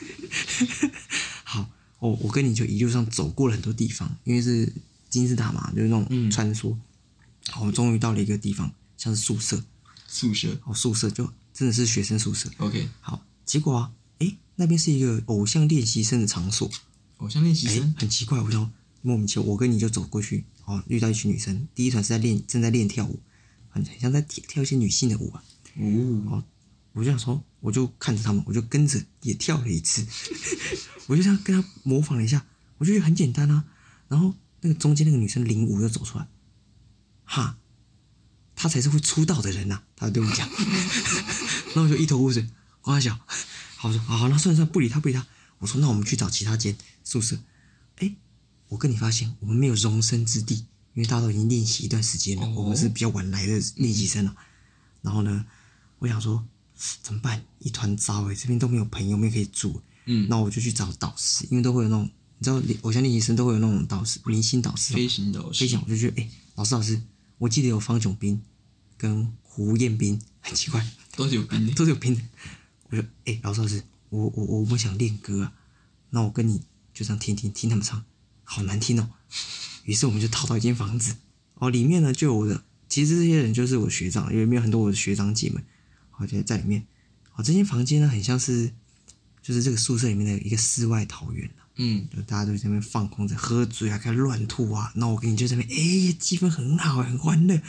[SPEAKER 2] <laughs> 好，我我跟你就一路上走过了很多地方，因为是金字塔嘛，就是那种
[SPEAKER 1] 嗯
[SPEAKER 2] 穿梭。好，我终于到了一个地方，像是宿舍。
[SPEAKER 1] 宿舍。
[SPEAKER 2] 哦，宿舍就真的是学生宿舍。
[SPEAKER 1] OK，
[SPEAKER 2] 好，结果啊，诶，那边是一个偶像练习生的场所。
[SPEAKER 1] 偶像练习
[SPEAKER 2] 哎、
[SPEAKER 1] 生。
[SPEAKER 2] 很奇怪，我就莫名其妙，我跟你就走过去，哦，遇到一群女生，第一团是在练，正在练跳舞，很很像在跳跳一些女性的舞啊。
[SPEAKER 1] 哦，
[SPEAKER 2] 我就想说，我就看着他们，我就跟着也跳了一次， <laughs> 我就这样跟他模仿了一下，我就觉得很简单啊。然后那个中间那个女生领舞又走出来，哈，她才是会出道的人呐、她对我讲， <laughs> 然后我就一头雾水，我还想，好，我说好，那算了算了，不理她不理她。我说那我们去找其他间宿舍。哎，我跟你发现我们没有容身之地，因为大家都已经练习一段时间了，
[SPEAKER 1] 哦
[SPEAKER 2] 我们是比较晚来的练习生了、然后呢，我想说怎么办？一团糟哎、这边都没有朋友，没有可以住。
[SPEAKER 1] 嗯
[SPEAKER 2] 那我就去找导师，因为都会有那种，你知道，偶像练习生都会有那种导师，明星导师
[SPEAKER 1] 嗯
[SPEAKER 2] 嘛。
[SPEAKER 1] 飞行导师
[SPEAKER 2] 飞。翔，我就觉得，哎、老师老师，我记得有方炯斌跟胡彦斌，很奇怪，
[SPEAKER 1] 都是有兵的。
[SPEAKER 2] 都是有拼的。我说，哎、老师老师，我我我我想练歌啊，那我跟你就这样听听听他们唱，好难听哦。于是我们就逃到一间房子，哦，里面呢就有我的，其实这些人就是我学长，因为里面有很多我的学长姐们，好就在里面。好，这间房间呢很像是，就是这个宿舍里面的一个世外桃源啊
[SPEAKER 1] 嗯，
[SPEAKER 2] 就大家都在那边放空着，喝醉啊，开始乱吐啊。那我跟你就在那边，哎、气氛很好，很欢乐。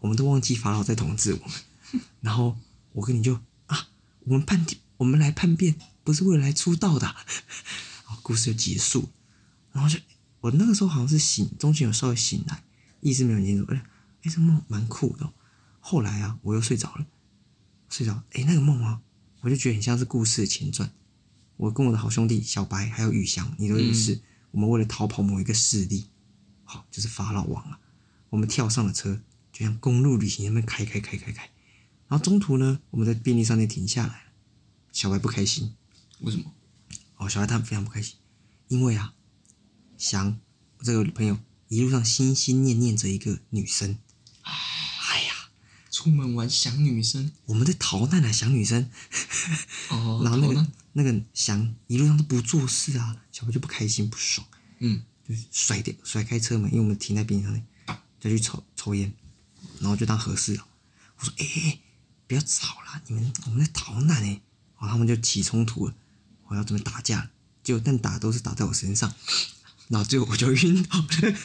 [SPEAKER 2] 我们都忘记法老在统治我们。然后我跟你就啊，我们叛变，我们来叛变，不是为了来出道的啊、好，故事就结束。然后就我那个时候好像是醒，中间有稍微醒来，意识没有很清楚。哎、哎，这梦蛮酷的哦、后来啊，我又睡着了，睡着。哎，那个梦啊，我就觉得很像是故事的前传。我跟我的好兄弟小白还有宇翔，你都认识。我们为了逃跑某一个势力，好，就是法老王啊，我们跳上了车，就像公路旅行那边开开开开开。然后中途呢，我们在便利商店停下来了。小白不开心，
[SPEAKER 1] 为什么？
[SPEAKER 2] 哦，小孩他非常不开心，因为啊，翔我这个朋友一路上心心念念着一个女生，哎呀，
[SPEAKER 1] 出门玩想女生
[SPEAKER 2] 我们在逃难啊，想女生，
[SPEAKER 1] 哦，
[SPEAKER 2] 然后那
[SPEAKER 1] 好
[SPEAKER 2] 个
[SPEAKER 1] 呢？
[SPEAKER 2] 那个翔一路上都不做事啊，小白就不开心不爽，
[SPEAKER 1] 嗯，
[SPEAKER 2] 就甩掉甩开车门，因为我们停在边上面，就去抽抽烟，然后就当和事佬。我说：“哎、哎哎，不要吵啦，你们我们在逃难哎、然后他们就起冲突了，我要准备打架了，结果但打都是打在我身上，然后最后我就晕倒了。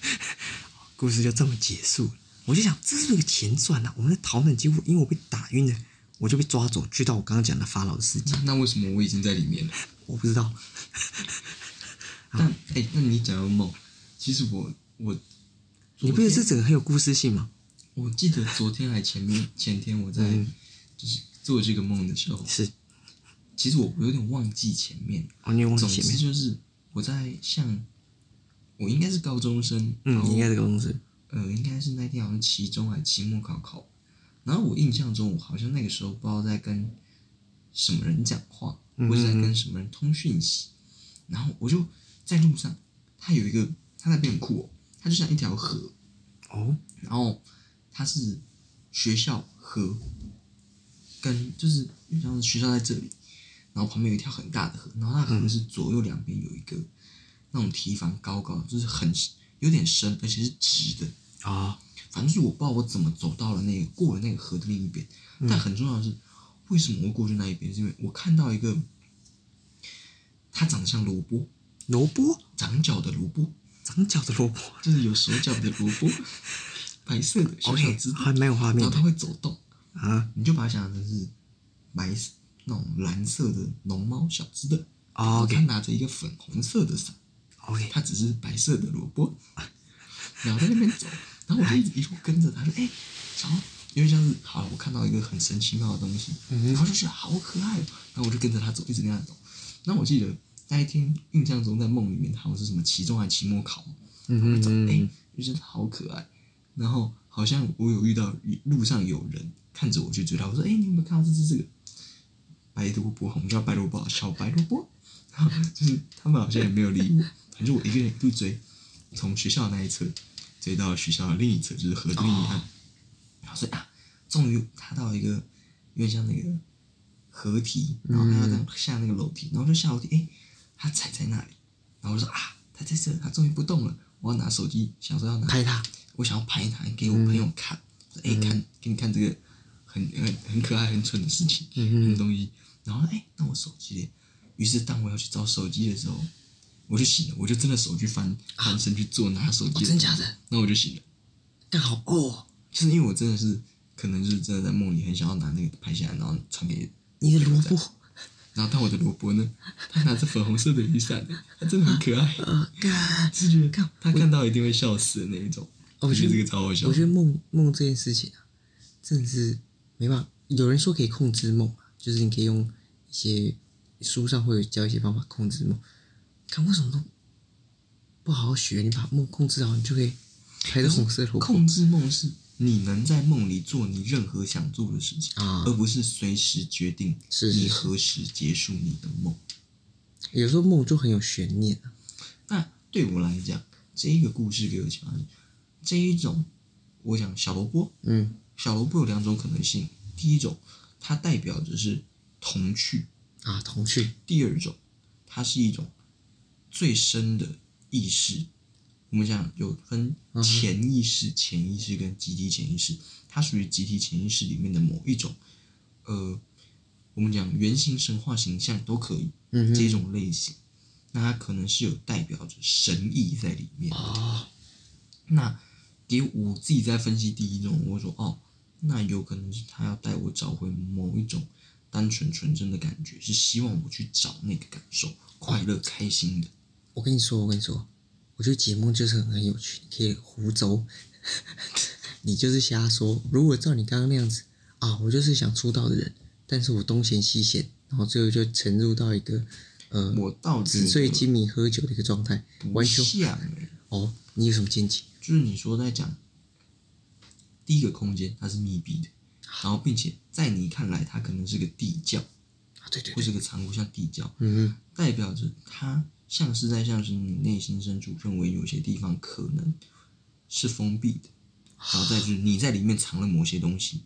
[SPEAKER 2] 故事就这么结束了。我就想，这是不是个前传啊！我们在逃难，结果因为我被打晕了，我就被抓走，去到我刚刚讲的法老的世界。
[SPEAKER 1] 那为什么我已经在里面了？
[SPEAKER 2] 我不知道，
[SPEAKER 1] 但哎、那你讲到梦，其实我我
[SPEAKER 2] 你不觉得这整个很有故事性吗？
[SPEAKER 1] 我记得昨天还前
[SPEAKER 2] <laughs>
[SPEAKER 1] 面前天我在
[SPEAKER 2] 嗯
[SPEAKER 1] 就是做这个梦的时候，
[SPEAKER 2] 是，
[SPEAKER 1] 其实我我有点忘记前面。
[SPEAKER 2] 哦，你也忘记
[SPEAKER 1] 总
[SPEAKER 2] 前
[SPEAKER 1] 之
[SPEAKER 2] 面，
[SPEAKER 1] 就是我在像我应该是高中生，然
[SPEAKER 2] 嗯，
[SPEAKER 1] 后
[SPEAKER 2] 你应该这个公司，
[SPEAKER 1] 呃应该是那天好像期中还期末考考，然后我印象中我好像那个时候不知道在跟什么人讲话，
[SPEAKER 2] 嗯
[SPEAKER 1] 或是在跟什么人通讯息，然后我就在路上，它有一个它那边很酷哦，它就像一条河，
[SPEAKER 2] 哦，
[SPEAKER 1] 然后它是学校河，跟就是像是学校在这里，然后旁边有一条很大的河，然后那河是左右两边有一个那种堤防，高高的，就是很有点深，而且是直的。
[SPEAKER 2] 啊，
[SPEAKER 1] 反正是我不知道我怎么走到了那个过了那个河的另一边，但很重要的是，为什么会过去那一边？是因为我看到一个，它长得像萝卜，
[SPEAKER 2] 萝卜，
[SPEAKER 1] 长角的萝卜，
[SPEAKER 2] 长角的萝卜
[SPEAKER 1] 就是有手脚的萝卜，白色的小小
[SPEAKER 2] ，OK，
[SPEAKER 1] 只的。
[SPEAKER 2] 还蛮有画
[SPEAKER 1] 然
[SPEAKER 2] 面
[SPEAKER 1] 后它
[SPEAKER 2] 的
[SPEAKER 1] 会走动，
[SPEAKER 2] 啊，
[SPEAKER 1] 你就把它想象成是白色那种蓝色的龙猫小只的，然
[SPEAKER 2] 哦
[SPEAKER 1] 后它
[SPEAKER 2] ，OK，OK，
[SPEAKER 1] 拿着一个粉红色的伞，它只是白色的萝卜， <laughs> 然后在那边走，然后我就一直一路跟着它，说哎，小欧，因为像是好，我看到一个很神奇妙的东西，然后就觉得好可爱哦，然后我就跟着它走，一直跟它走。那我记得那一天印象中在梦里面，它好像是什么期中还期末考，
[SPEAKER 2] 嗯
[SPEAKER 1] 我
[SPEAKER 2] 哼
[SPEAKER 1] 就
[SPEAKER 2] 嗯
[SPEAKER 1] 哎、
[SPEAKER 2] 哼，
[SPEAKER 1] 就觉得好可爱。然后好像我有遇到路上有人看着我去追他，我说：“哎、你有没有看到这只这个白萝卜？我们叫白萝卜，小白萝卜。” <laughs> 然后就是他们好像也没有理我，反正我一个人一路追，从学校那一侧追到学校的另一侧，就是河的另一岸。然后所以啊，终于他到一个有点像那个河堤，
[SPEAKER 2] 嗯
[SPEAKER 1] 然后他要这样下那个楼梯，然后就下楼梯，哎，他踩在那里，然后我就说啊，他在这，他终于不动了，我要拿手机，想说要拿，
[SPEAKER 2] 拍嗯它，
[SPEAKER 1] 我想要拍他给我朋友看，说哎、看给你看这个很很很可爱很蠢的事情，
[SPEAKER 2] 嗯
[SPEAKER 1] 嗯东西，然后哎，那我手机嘞，于是当我要去找手机的时候，我就醒了，我就真的手去翻翻身去做拿手机、
[SPEAKER 2] 哦真假的？
[SPEAKER 1] 那我就醒了。
[SPEAKER 2] 干好哦，
[SPEAKER 1] 就是因为我真的是，可能就是真的在梦里很想要拿那个拍下来，然后传给
[SPEAKER 2] 你的萝
[SPEAKER 1] 这样
[SPEAKER 2] 卜，
[SPEAKER 1] 然后但我的萝卜呢，他拿着粉红色的雨伞，他真的很可爱，
[SPEAKER 2] 啊，干，
[SPEAKER 1] 是觉得他看到一定会笑死的那一种。
[SPEAKER 2] 哦我
[SPEAKER 1] 觉
[SPEAKER 2] 觉
[SPEAKER 1] 得
[SPEAKER 2] 得
[SPEAKER 1] 这个超好笑
[SPEAKER 2] 我。觉得梦梦这件事情啊，真的是没办法。有人说可以控制梦啊，就是你可以用一些书上会有教一些方法控制梦。看为什么都不好好学，你把梦控制好，你就可以拍到红色的萝卜
[SPEAKER 1] 控制梦是你能在梦里做你任何想做的事情，
[SPEAKER 2] 啊
[SPEAKER 1] 而。不是随时决定
[SPEAKER 2] 是是
[SPEAKER 1] 你
[SPEAKER 2] 是
[SPEAKER 1] 何时结束你的梦。
[SPEAKER 2] 有时候梦就很有悬念啊。
[SPEAKER 1] 那对我来讲，这一个故事给我讲的是这一种，我讲小萝卜，
[SPEAKER 2] 嗯，
[SPEAKER 1] 小萝卜有两种可能性，第一种它代表着是童趣，
[SPEAKER 2] 啊，童趣
[SPEAKER 1] 第二种，它是一种最深的意识。我们讲有分
[SPEAKER 2] 嗯哼
[SPEAKER 1] 潜意识、潜意识跟集体潜意识，它属于集体潜意识里面的某一种，呃，我们讲原型、神话形象都可以，
[SPEAKER 2] 嗯哼
[SPEAKER 1] 这种类型，那它可能是有代表着神意在里面。
[SPEAKER 2] 哦，
[SPEAKER 1] 那给我自己在分析第一种，我会说哦，那有可能是他要带我找回某一种单纯纯真的感觉，是希望我去找那个感受，快乐、开心的。
[SPEAKER 2] 我跟你说，我跟你说，我觉得节目就是很很有趣，你可以胡诌， <laughs> 你就是瞎说。如果照你刚刚那样子啊，我就是想出道的人，但是我东嫌西嫌，然后最后就沉入到一个呃
[SPEAKER 1] 我到
[SPEAKER 2] 纸
[SPEAKER 1] 底
[SPEAKER 2] 醉金迷喝酒的一个嗯状态，
[SPEAKER 1] 不
[SPEAKER 2] 完全
[SPEAKER 1] 像欸
[SPEAKER 2] 哦，你有什么见解？
[SPEAKER 1] 就是你说在讲第一个空间，它是密闭的，然后并且在你看来，它可能是个地窖
[SPEAKER 2] 啊，对对
[SPEAKER 1] 或
[SPEAKER 2] 对，
[SPEAKER 1] 是个藏不下地窖，
[SPEAKER 2] 嗯
[SPEAKER 1] 代表着它像是在像是你内心深处认为有些地方可能是封闭的，然后再就是你在里面藏了某些东西，
[SPEAKER 2] 哼，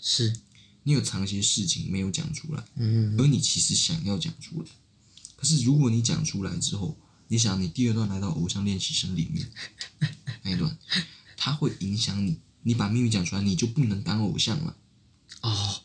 [SPEAKER 2] 是，
[SPEAKER 1] 你有藏一些事情没有讲出来，
[SPEAKER 2] 嗯
[SPEAKER 1] 而你其实想要讲出来，可是如果你讲出来之后，你想你第二段来到偶像练习生里面那一段，它会影响你，你把秘密讲出来，你就不能当偶像了。
[SPEAKER 2] 哦，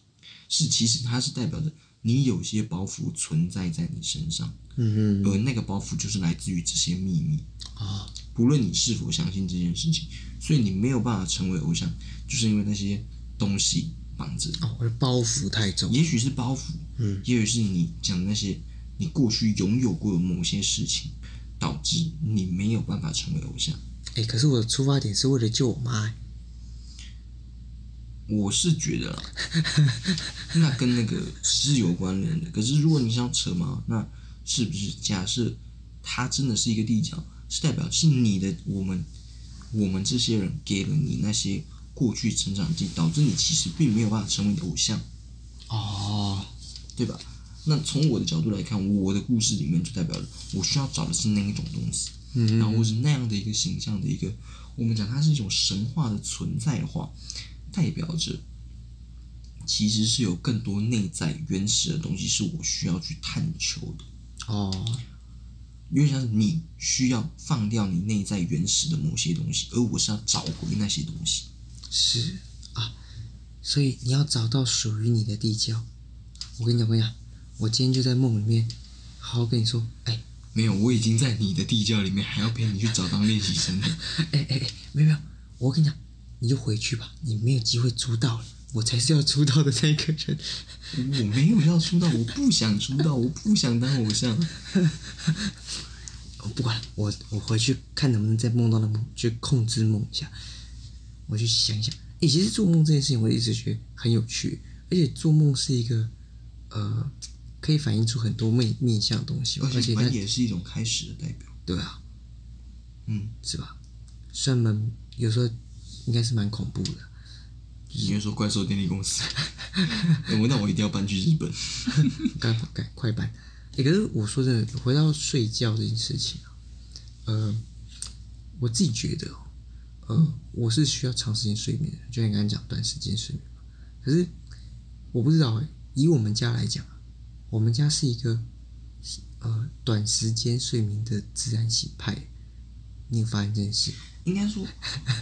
[SPEAKER 1] 是，其实它是代表着你有些包袱存在在你身上，
[SPEAKER 2] 嗯嗯
[SPEAKER 1] 而那个包袱就是来自于这些秘密，
[SPEAKER 2] 哦，
[SPEAKER 1] 不论你是否相信这件事情，所以你没有办法成为偶像，就是因为那些东西绑着你。
[SPEAKER 2] 哦，我的包袱太重，
[SPEAKER 1] 也许是包袱，
[SPEAKER 2] 嗯，
[SPEAKER 1] 也许是你讲的那些你过去拥有过的某些事情，导致你没有办法成为偶像。
[SPEAKER 2] 哎、可是我的出发点是为了救我妈、哎
[SPEAKER 1] 我是觉得啦， <laughs> 那跟那个是有关联的。可是如果你想扯毛，那是不是假设它真的是一个地角，是代表是你的我们我们这些人给了你那些过去成长经历，导致你其实并没有办法成为偶像。
[SPEAKER 2] 哦，
[SPEAKER 1] 对吧？那从我的角度来看，我的故事里面就代表了我需要找的是那一种东西，
[SPEAKER 2] 嗯
[SPEAKER 1] 然后是那样的一个形象的一个，我们讲它是一种神话的存在化，代表着其实是有更多内在原始的东西是我需要去探求的，
[SPEAKER 2] 哦，
[SPEAKER 1] 因为像是你需要放掉你内在原始的某些东西，而我是要找回那些东西。
[SPEAKER 2] 是啊，所以你要找到属于你的地窖。我跟你讲，我跟你讲，我今天就在梦里面，好好跟你说，哎
[SPEAKER 1] 没有，我已经在你的地窖里面，还要陪你去找当练习生了。
[SPEAKER 2] 哎哎哎，没有没有，我跟你讲，你就回去吧，你没有机会出道了，我才是要出道的那个人。
[SPEAKER 1] 我没有要出道，我不想出道，我不想当偶像。
[SPEAKER 2] 我不管了，我我回去看能不能在梦到的梦去控制梦一下，我去想一想。诶、其实做梦这件事情，我一直觉得很有趣，而且做梦是一个呃，可以反映出很多面面向的东西哦，而
[SPEAKER 1] 而
[SPEAKER 2] 且
[SPEAKER 1] 且
[SPEAKER 2] 它
[SPEAKER 1] 门也是一种开始的代表。
[SPEAKER 2] 对啊，
[SPEAKER 1] 嗯，
[SPEAKER 2] 是吧？虽然蛮有时候应该是蛮恐怖的，
[SPEAKER 1] 你会说怪兽电力公司？ <laughs> 哎我那我一定要搬去日本。
[SPEAKER 2] 该该快搬。诶，可是我说真的，回到睡觉这件事情啊，呃，我自己觉得哦，呃，我是需要长时间睡眠的，就像你刚才讲短时间睡眠嘛。可是我不知道诶，欸以我们家来讲啊，我们家是一个呃短时间睡眠的自然醒派，你有发现这件事吗？
[SPEAKER 1] 应该说，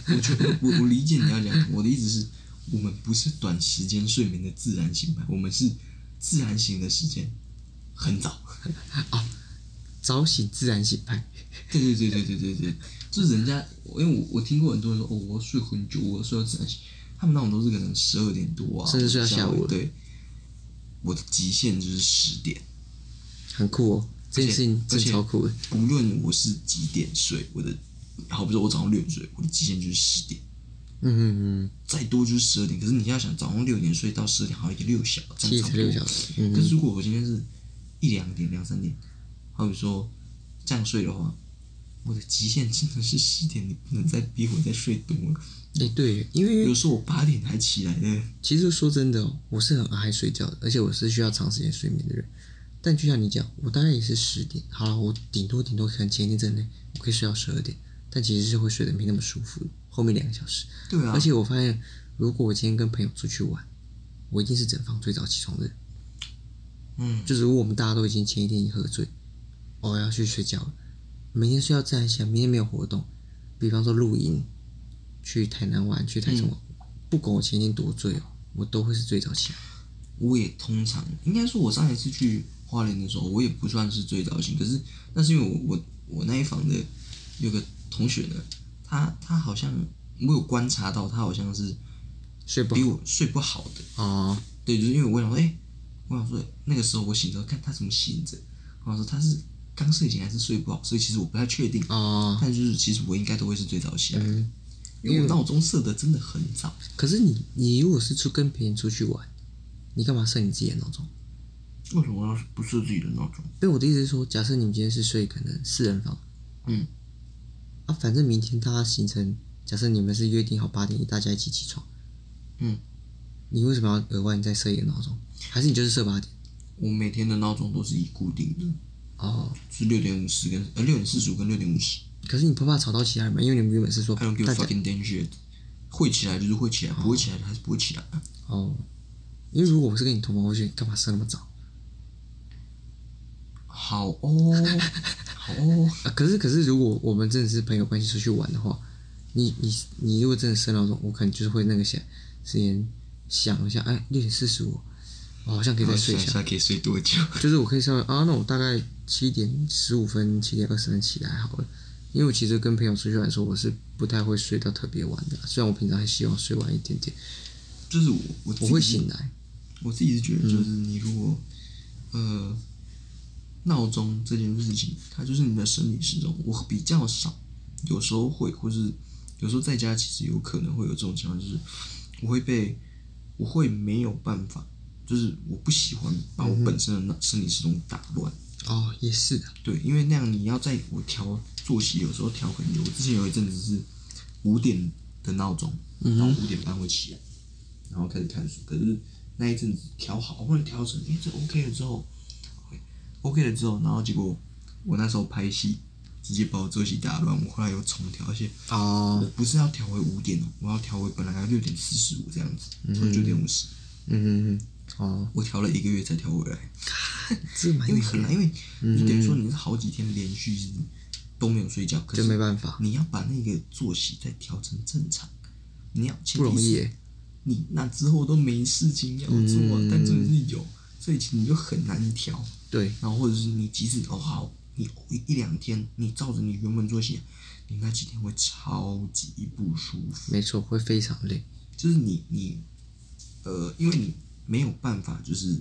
[SPEAKER 1] 我觉得我我理解你要讲，我的意思是，我们不是短时间睡眠的自然醒吧，我们是自然醒的时间很早。
[SPEAKER 2] 早醒自然醒派，
[SPEAKER 1] 对对对对对对对，就是人家，因为我我听过很多人说，哦，我要睡很久，我要睡到自然醒，他们那种都是可能十二点多啊，
[SPEAKER 2] 甚至睡到下午了
[SPEAKER 1] 对，我的极限就是十点。
[SPEAKER 2] 很酷哦，这件事情
[SPEAKER 1] 而
[SPEAKER 2] 真的
[SPEAKER 1] 且
[SPEAKER 2] 超酷的。
[SPEAKER 1] 不论我是几点睡，我的好比说我早上六点睡，我的极限就是十点，
[SPEAKER 2] 嗯嗯嗯，
[SPEAKER 1] 再多就是十二点。可是你要想，早上六点睡到十二点，好像也六小，这
[SPEAKER 2] 七
[SPEAKER 1] 样差
[SPEAKER 2] 十
[SPEAKER 1] 不多
[SPEAKER 2] 六小。时，嗯
[SPEAKER 1] 可是如果我今天是一两点、两三点，好比说这样睡的话，我的极限真的是十点，你不能再逼我再睡多了。
[SPEAKER 2] 哎、对，因为
[SPEAKER 1] 有时候我八点才起来的，
[SPEAKER 2] 其实说真的哦、我是很爱睡觉的，而且我是需要长时间睡眠的人。但就像你讲，我大概也是十点，好了，我顶多顶多可能前一天真的我可以睡到十二点，但其实是会睡得没那么舒服的，后面两个小时。
[SPEAKER 1] 对啊，
[SPEAKER 2] 而且我发现，如果我今天跟朋友出去玩，我一定是整房最早起床的人。
[SPEAKER 1] 嗯，
[SPEAKER 2] 就是如果我们大家都已经前一天已经喝醉，我、要去睡觉了，明天睡到自然醒，明天没有活动，比方说露营，去台南玩，去台中玩，不管我前一天多醉哦，我都会是最早起来。
[SPEAKER 1] 我也通常应该说，我上一次去花莲的时候，我也不算是最早醒，可是那是因为我我我那一房的有个同学呢，他他好像我有观察到，他好像是
[SPEAKER 2] 睡不
[SPEAKER 1] 比
[SPEAKER 2] 好
[SPEAKER 1] 我睡不好的，
[SPEAKER 2] 哦，
[SPEAKER 1] 对，就是因为我想说，哎、我想说，那个时候我醒着，看他怎么醒着。我想说他是刚睡醒还是睡不好，所以其实我不太确定。
[SPEAKER 2] 哦，
[SPEAKER 1] 但就是其实我应该都会是最早起来的，
[SPEAKER 2] 嗯，
[SPEAKER 1] 因为我闹钟设的真的很早。
[SPEAKER 2] 可是你你如果是出跟别人出去玩，你干嘛设你自己的闹钟？
[SPEAKER 1] 为什么我要不设自己的闹钟？
[SPEAKER 2] 因为我的意思是说，假设你们今天是睡可能四人房
[SPEAKER 1] 嗯，
[SPEAKER 2] 啊，反正明天大家行程，假设你们是约定好八点大家一起起床，
[SPEAKER 1] 嗯，
[SPEAKER 2] 你为什么要额外再设一个闹钟？还是你就是设八点？
[SPEAKER 1] 我每天的闹钟都是以固定的，
[SPEAKER 2] 哦，
[SPEAKER 1] 是六点五十跟呃六点四十五跟六点五十。
[SPEAKER 2] 可是你不怕吵到其他人吗？因为你们原本是说
[SPEAKER 1] I don't give
[SPEAKER 2] 大
[SPEAKER 1] a
[SPEAKER 2] 家
[SPEAKER 1] fucking damn shit。会起来就是会起来，不会起来的还是不会起来啊。
[SPEAKER 2] 哦，因为如果我是跟你同房，我会觉得你干嘛设那么早
[SPEAKER 1] 好哦，好
[SPEAKER 2] <laughs>
[SPEAKER 1] 哦，
[SPEAKER 2] 啊？可是可是，如果我们真的是朋友关系出去玩的话，你你你如果真的设闹钟，我可能就是会那个想时间想一下，哎，六点四十五，我好像可以再睡一
[SPEAKER 1] 算一
[SPEAKER 2] 下。
[SPEAKER 1] 下可以睡多久？ <laughs>
[SPEAKER 2] 就是我可以稍微啊，那我大概七点十五分、七点二十分起来好了，因为我其实跟朋友出去玩的时候，我是不太会睡到特别晚的，虽然我平常还希望睡晚一点点，
[SPEAKER 1] 就是我我自
[SPEAKER 2] 我
[SPEAKER 1] 己
[SPEAKER 2] 会醒来。
[SPEAKER 1] 我自己是觉得，就是你如果，呃，闹钟这件事情，它就是你的生理时钟。我比较少，有时候会，或是有时候在家其实有可能会有这种情况，就是我会被，我会没有办法，就是我不喜欢把我本身的那生理时钟打乱。
[SPEAKER 2] 哦，也是的，
[SPEAKER 1] 对，因为那样你要在我调作息，有时候调很久。我之前有一阵子是五点的闹钟，
[SPEAKER 2] 嗯
[SPEAKER 1] 然后五点半会起来，然后开始看书。可是那一阵子调好，不容易调整，哎、这 OK 了之后，OK 了之后，然后结果我那时候拍戏，直接把我作息打乱。我后来又重调，而且我
[SPEAKER 2] 哦，
[SPEAKER 1] 不是要调回五点哦，我要调回本来要六点四十五这样子，从九点五十，
[SPEAKER 2] 嗯，哦，
[SPEAKER 1] 我调了一个月才调回来。
[SPEAKER 2] 这蛮
[SPEAKER 1] 因
[SPEAKER 2] 厉
[SPEAKER 1] 为
[SPEAKER 2] 害
[SPEAKER 1] 很
[SPEAKER 2] 的，
[SPEAKER 1] 难，因为
[SPEAKER 2] 嗯
[SPEAKER 1] 你等于说你是好几天连续都没有睡觉，可是
[SPEAKER 2] 就没办法
[SPEAKER 1] 你要把那个作息再调成正常，你要
[SPEAKER 2] 不容易。耶。
[SPEAKER 1] 你那之后都没事情要做啊，
[SPEAKER 2] 嗯
[SPEAKER 1] 但重点是有，所以其实你就很难调。
[SPEAKER 2] 对，
[SPEAKER 1] 然后或者是你即使哦好，你一一两天你照着你原本作息，你那几天会超级不舒服。
[SPEAKER 2] 没错，会非常累。
[SPEAKER 1] 就是你你，呃，因为你没有办法，就是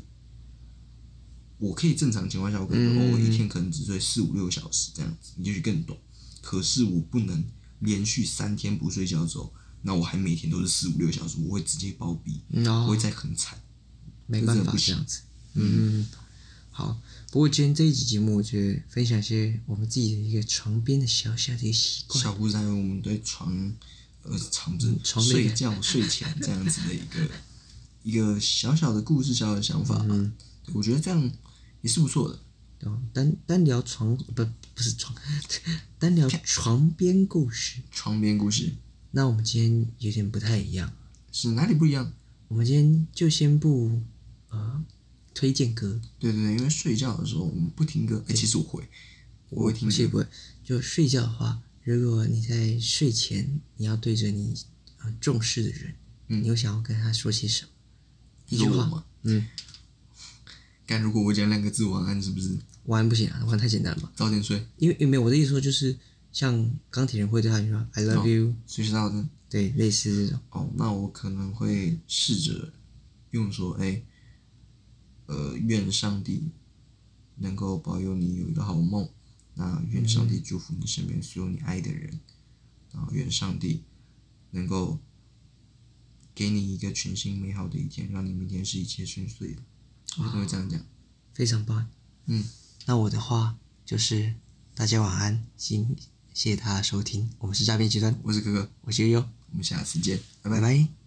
[SPEAKER 1] 我可以正常情况下，我可能说、哦，我一
[SPEAKER 2] 嗯
[SPEAKER 1] 天可能只睡四五六小时这样子，你就去更懂。可是我不能连续三天不睡觉之后，那我还每天都是四五六小时，我会直接暴毙，
[SPEAKER 2] 嗯
[SPEAKER 1] 我
[SPEAKER 2] 哦
[SPEAKER 1] 会，再很惨。
[SPEAKER 2] 没办
[SPEAKER 1] 真的
[SPEAKER 2] 法
[SPEAKER 1] 不
[SPEAKER 2] 这
[SPEAKER 1] 行
[SPEAKER 2] 样子。嗯，好。不过今天这一集节目，我觉得分享一些我们自己的一个床边的小小的一个习惯。
[SPEAKER 1] 小故事还有我们对床，呃，床子
[SPEAKER 2] 嗯床的一
[SPEAKER 1] 睡
[SPEAKER 2] 个
[SPEAKER 1] 觉睡前这样子的一个一个小小的故事，小小的想法吧。
[SPEAKER 2] 嗯
[SPEAKER 1] 对我觉得这样也是不错的。
[SPEAKER 2] 然后哦单单聊床不不是床， <laughs> 单聊床边故事。
[SPEAKER 1] 床边故事
[SPEAKER 2] 那我们今天有点不太一样，
[SPEAKER 1] 是哪里不一样？
[SPEAKER 2] 我们今天就先不呃推荐歌，
[SPEAKER 1] 对对对，因为睡觉的时候我们不听歌，哎、其实我会，我会听
[SPEAKER 2] 不是
[SPEAKER 1] 歌。
[SPEAKER 2] 不会，就睡觉的话，如果你在睡前你要对着你呃重视的人，
[SPEAKER 1] 嗯
[SPEAKER 2] 你又想要跟他说些什么？一
[SPEAKER 1] 你
[SPEAKER 2] 句
[SPEAKER 1] 说我
[SPEAKER 2] 话
[SPEAKER 1] 吗？
[SPEAKER 2] 嗯，
[SPEAKER 1] 干，如果我讲两个字晚安，是不是
[SPEAKER 2] 晚安不行啊，晚安太简单了吧？
[SPEAKER 1] 早点睡？
[SPEAKER 2] 因为因为没有我的意思说就是像钢铁人会对他说 I love you，、
[SPEAKER 1] 随时到针。
[SPEAKER 2] 对，类似这种。
[SPEAKER 1] 哦，那我可能会试着用说，哎、呃，愿上帝能够保佑你有一个好梦，那愿上帝祝福你身边所有你爱的人，然后愿上帝能够给你一个全新美好的一天，让你明天是一切顺遂的。我可能会这样讲。
[SPEAKER 2] 非常棒。
[SPEAKER 1] 嗯，
[SPEAKER 2] 那我的话就是大家晚安，行，谢谢大家收听，我们是诈骗集团，
[SPEAKER 1] 我是哥哥，
[SPEAKER 2] 我是悠悠，
[SPEAKER 1] 我们下次见，拜拜
[SPEAKER 2] 拜。拜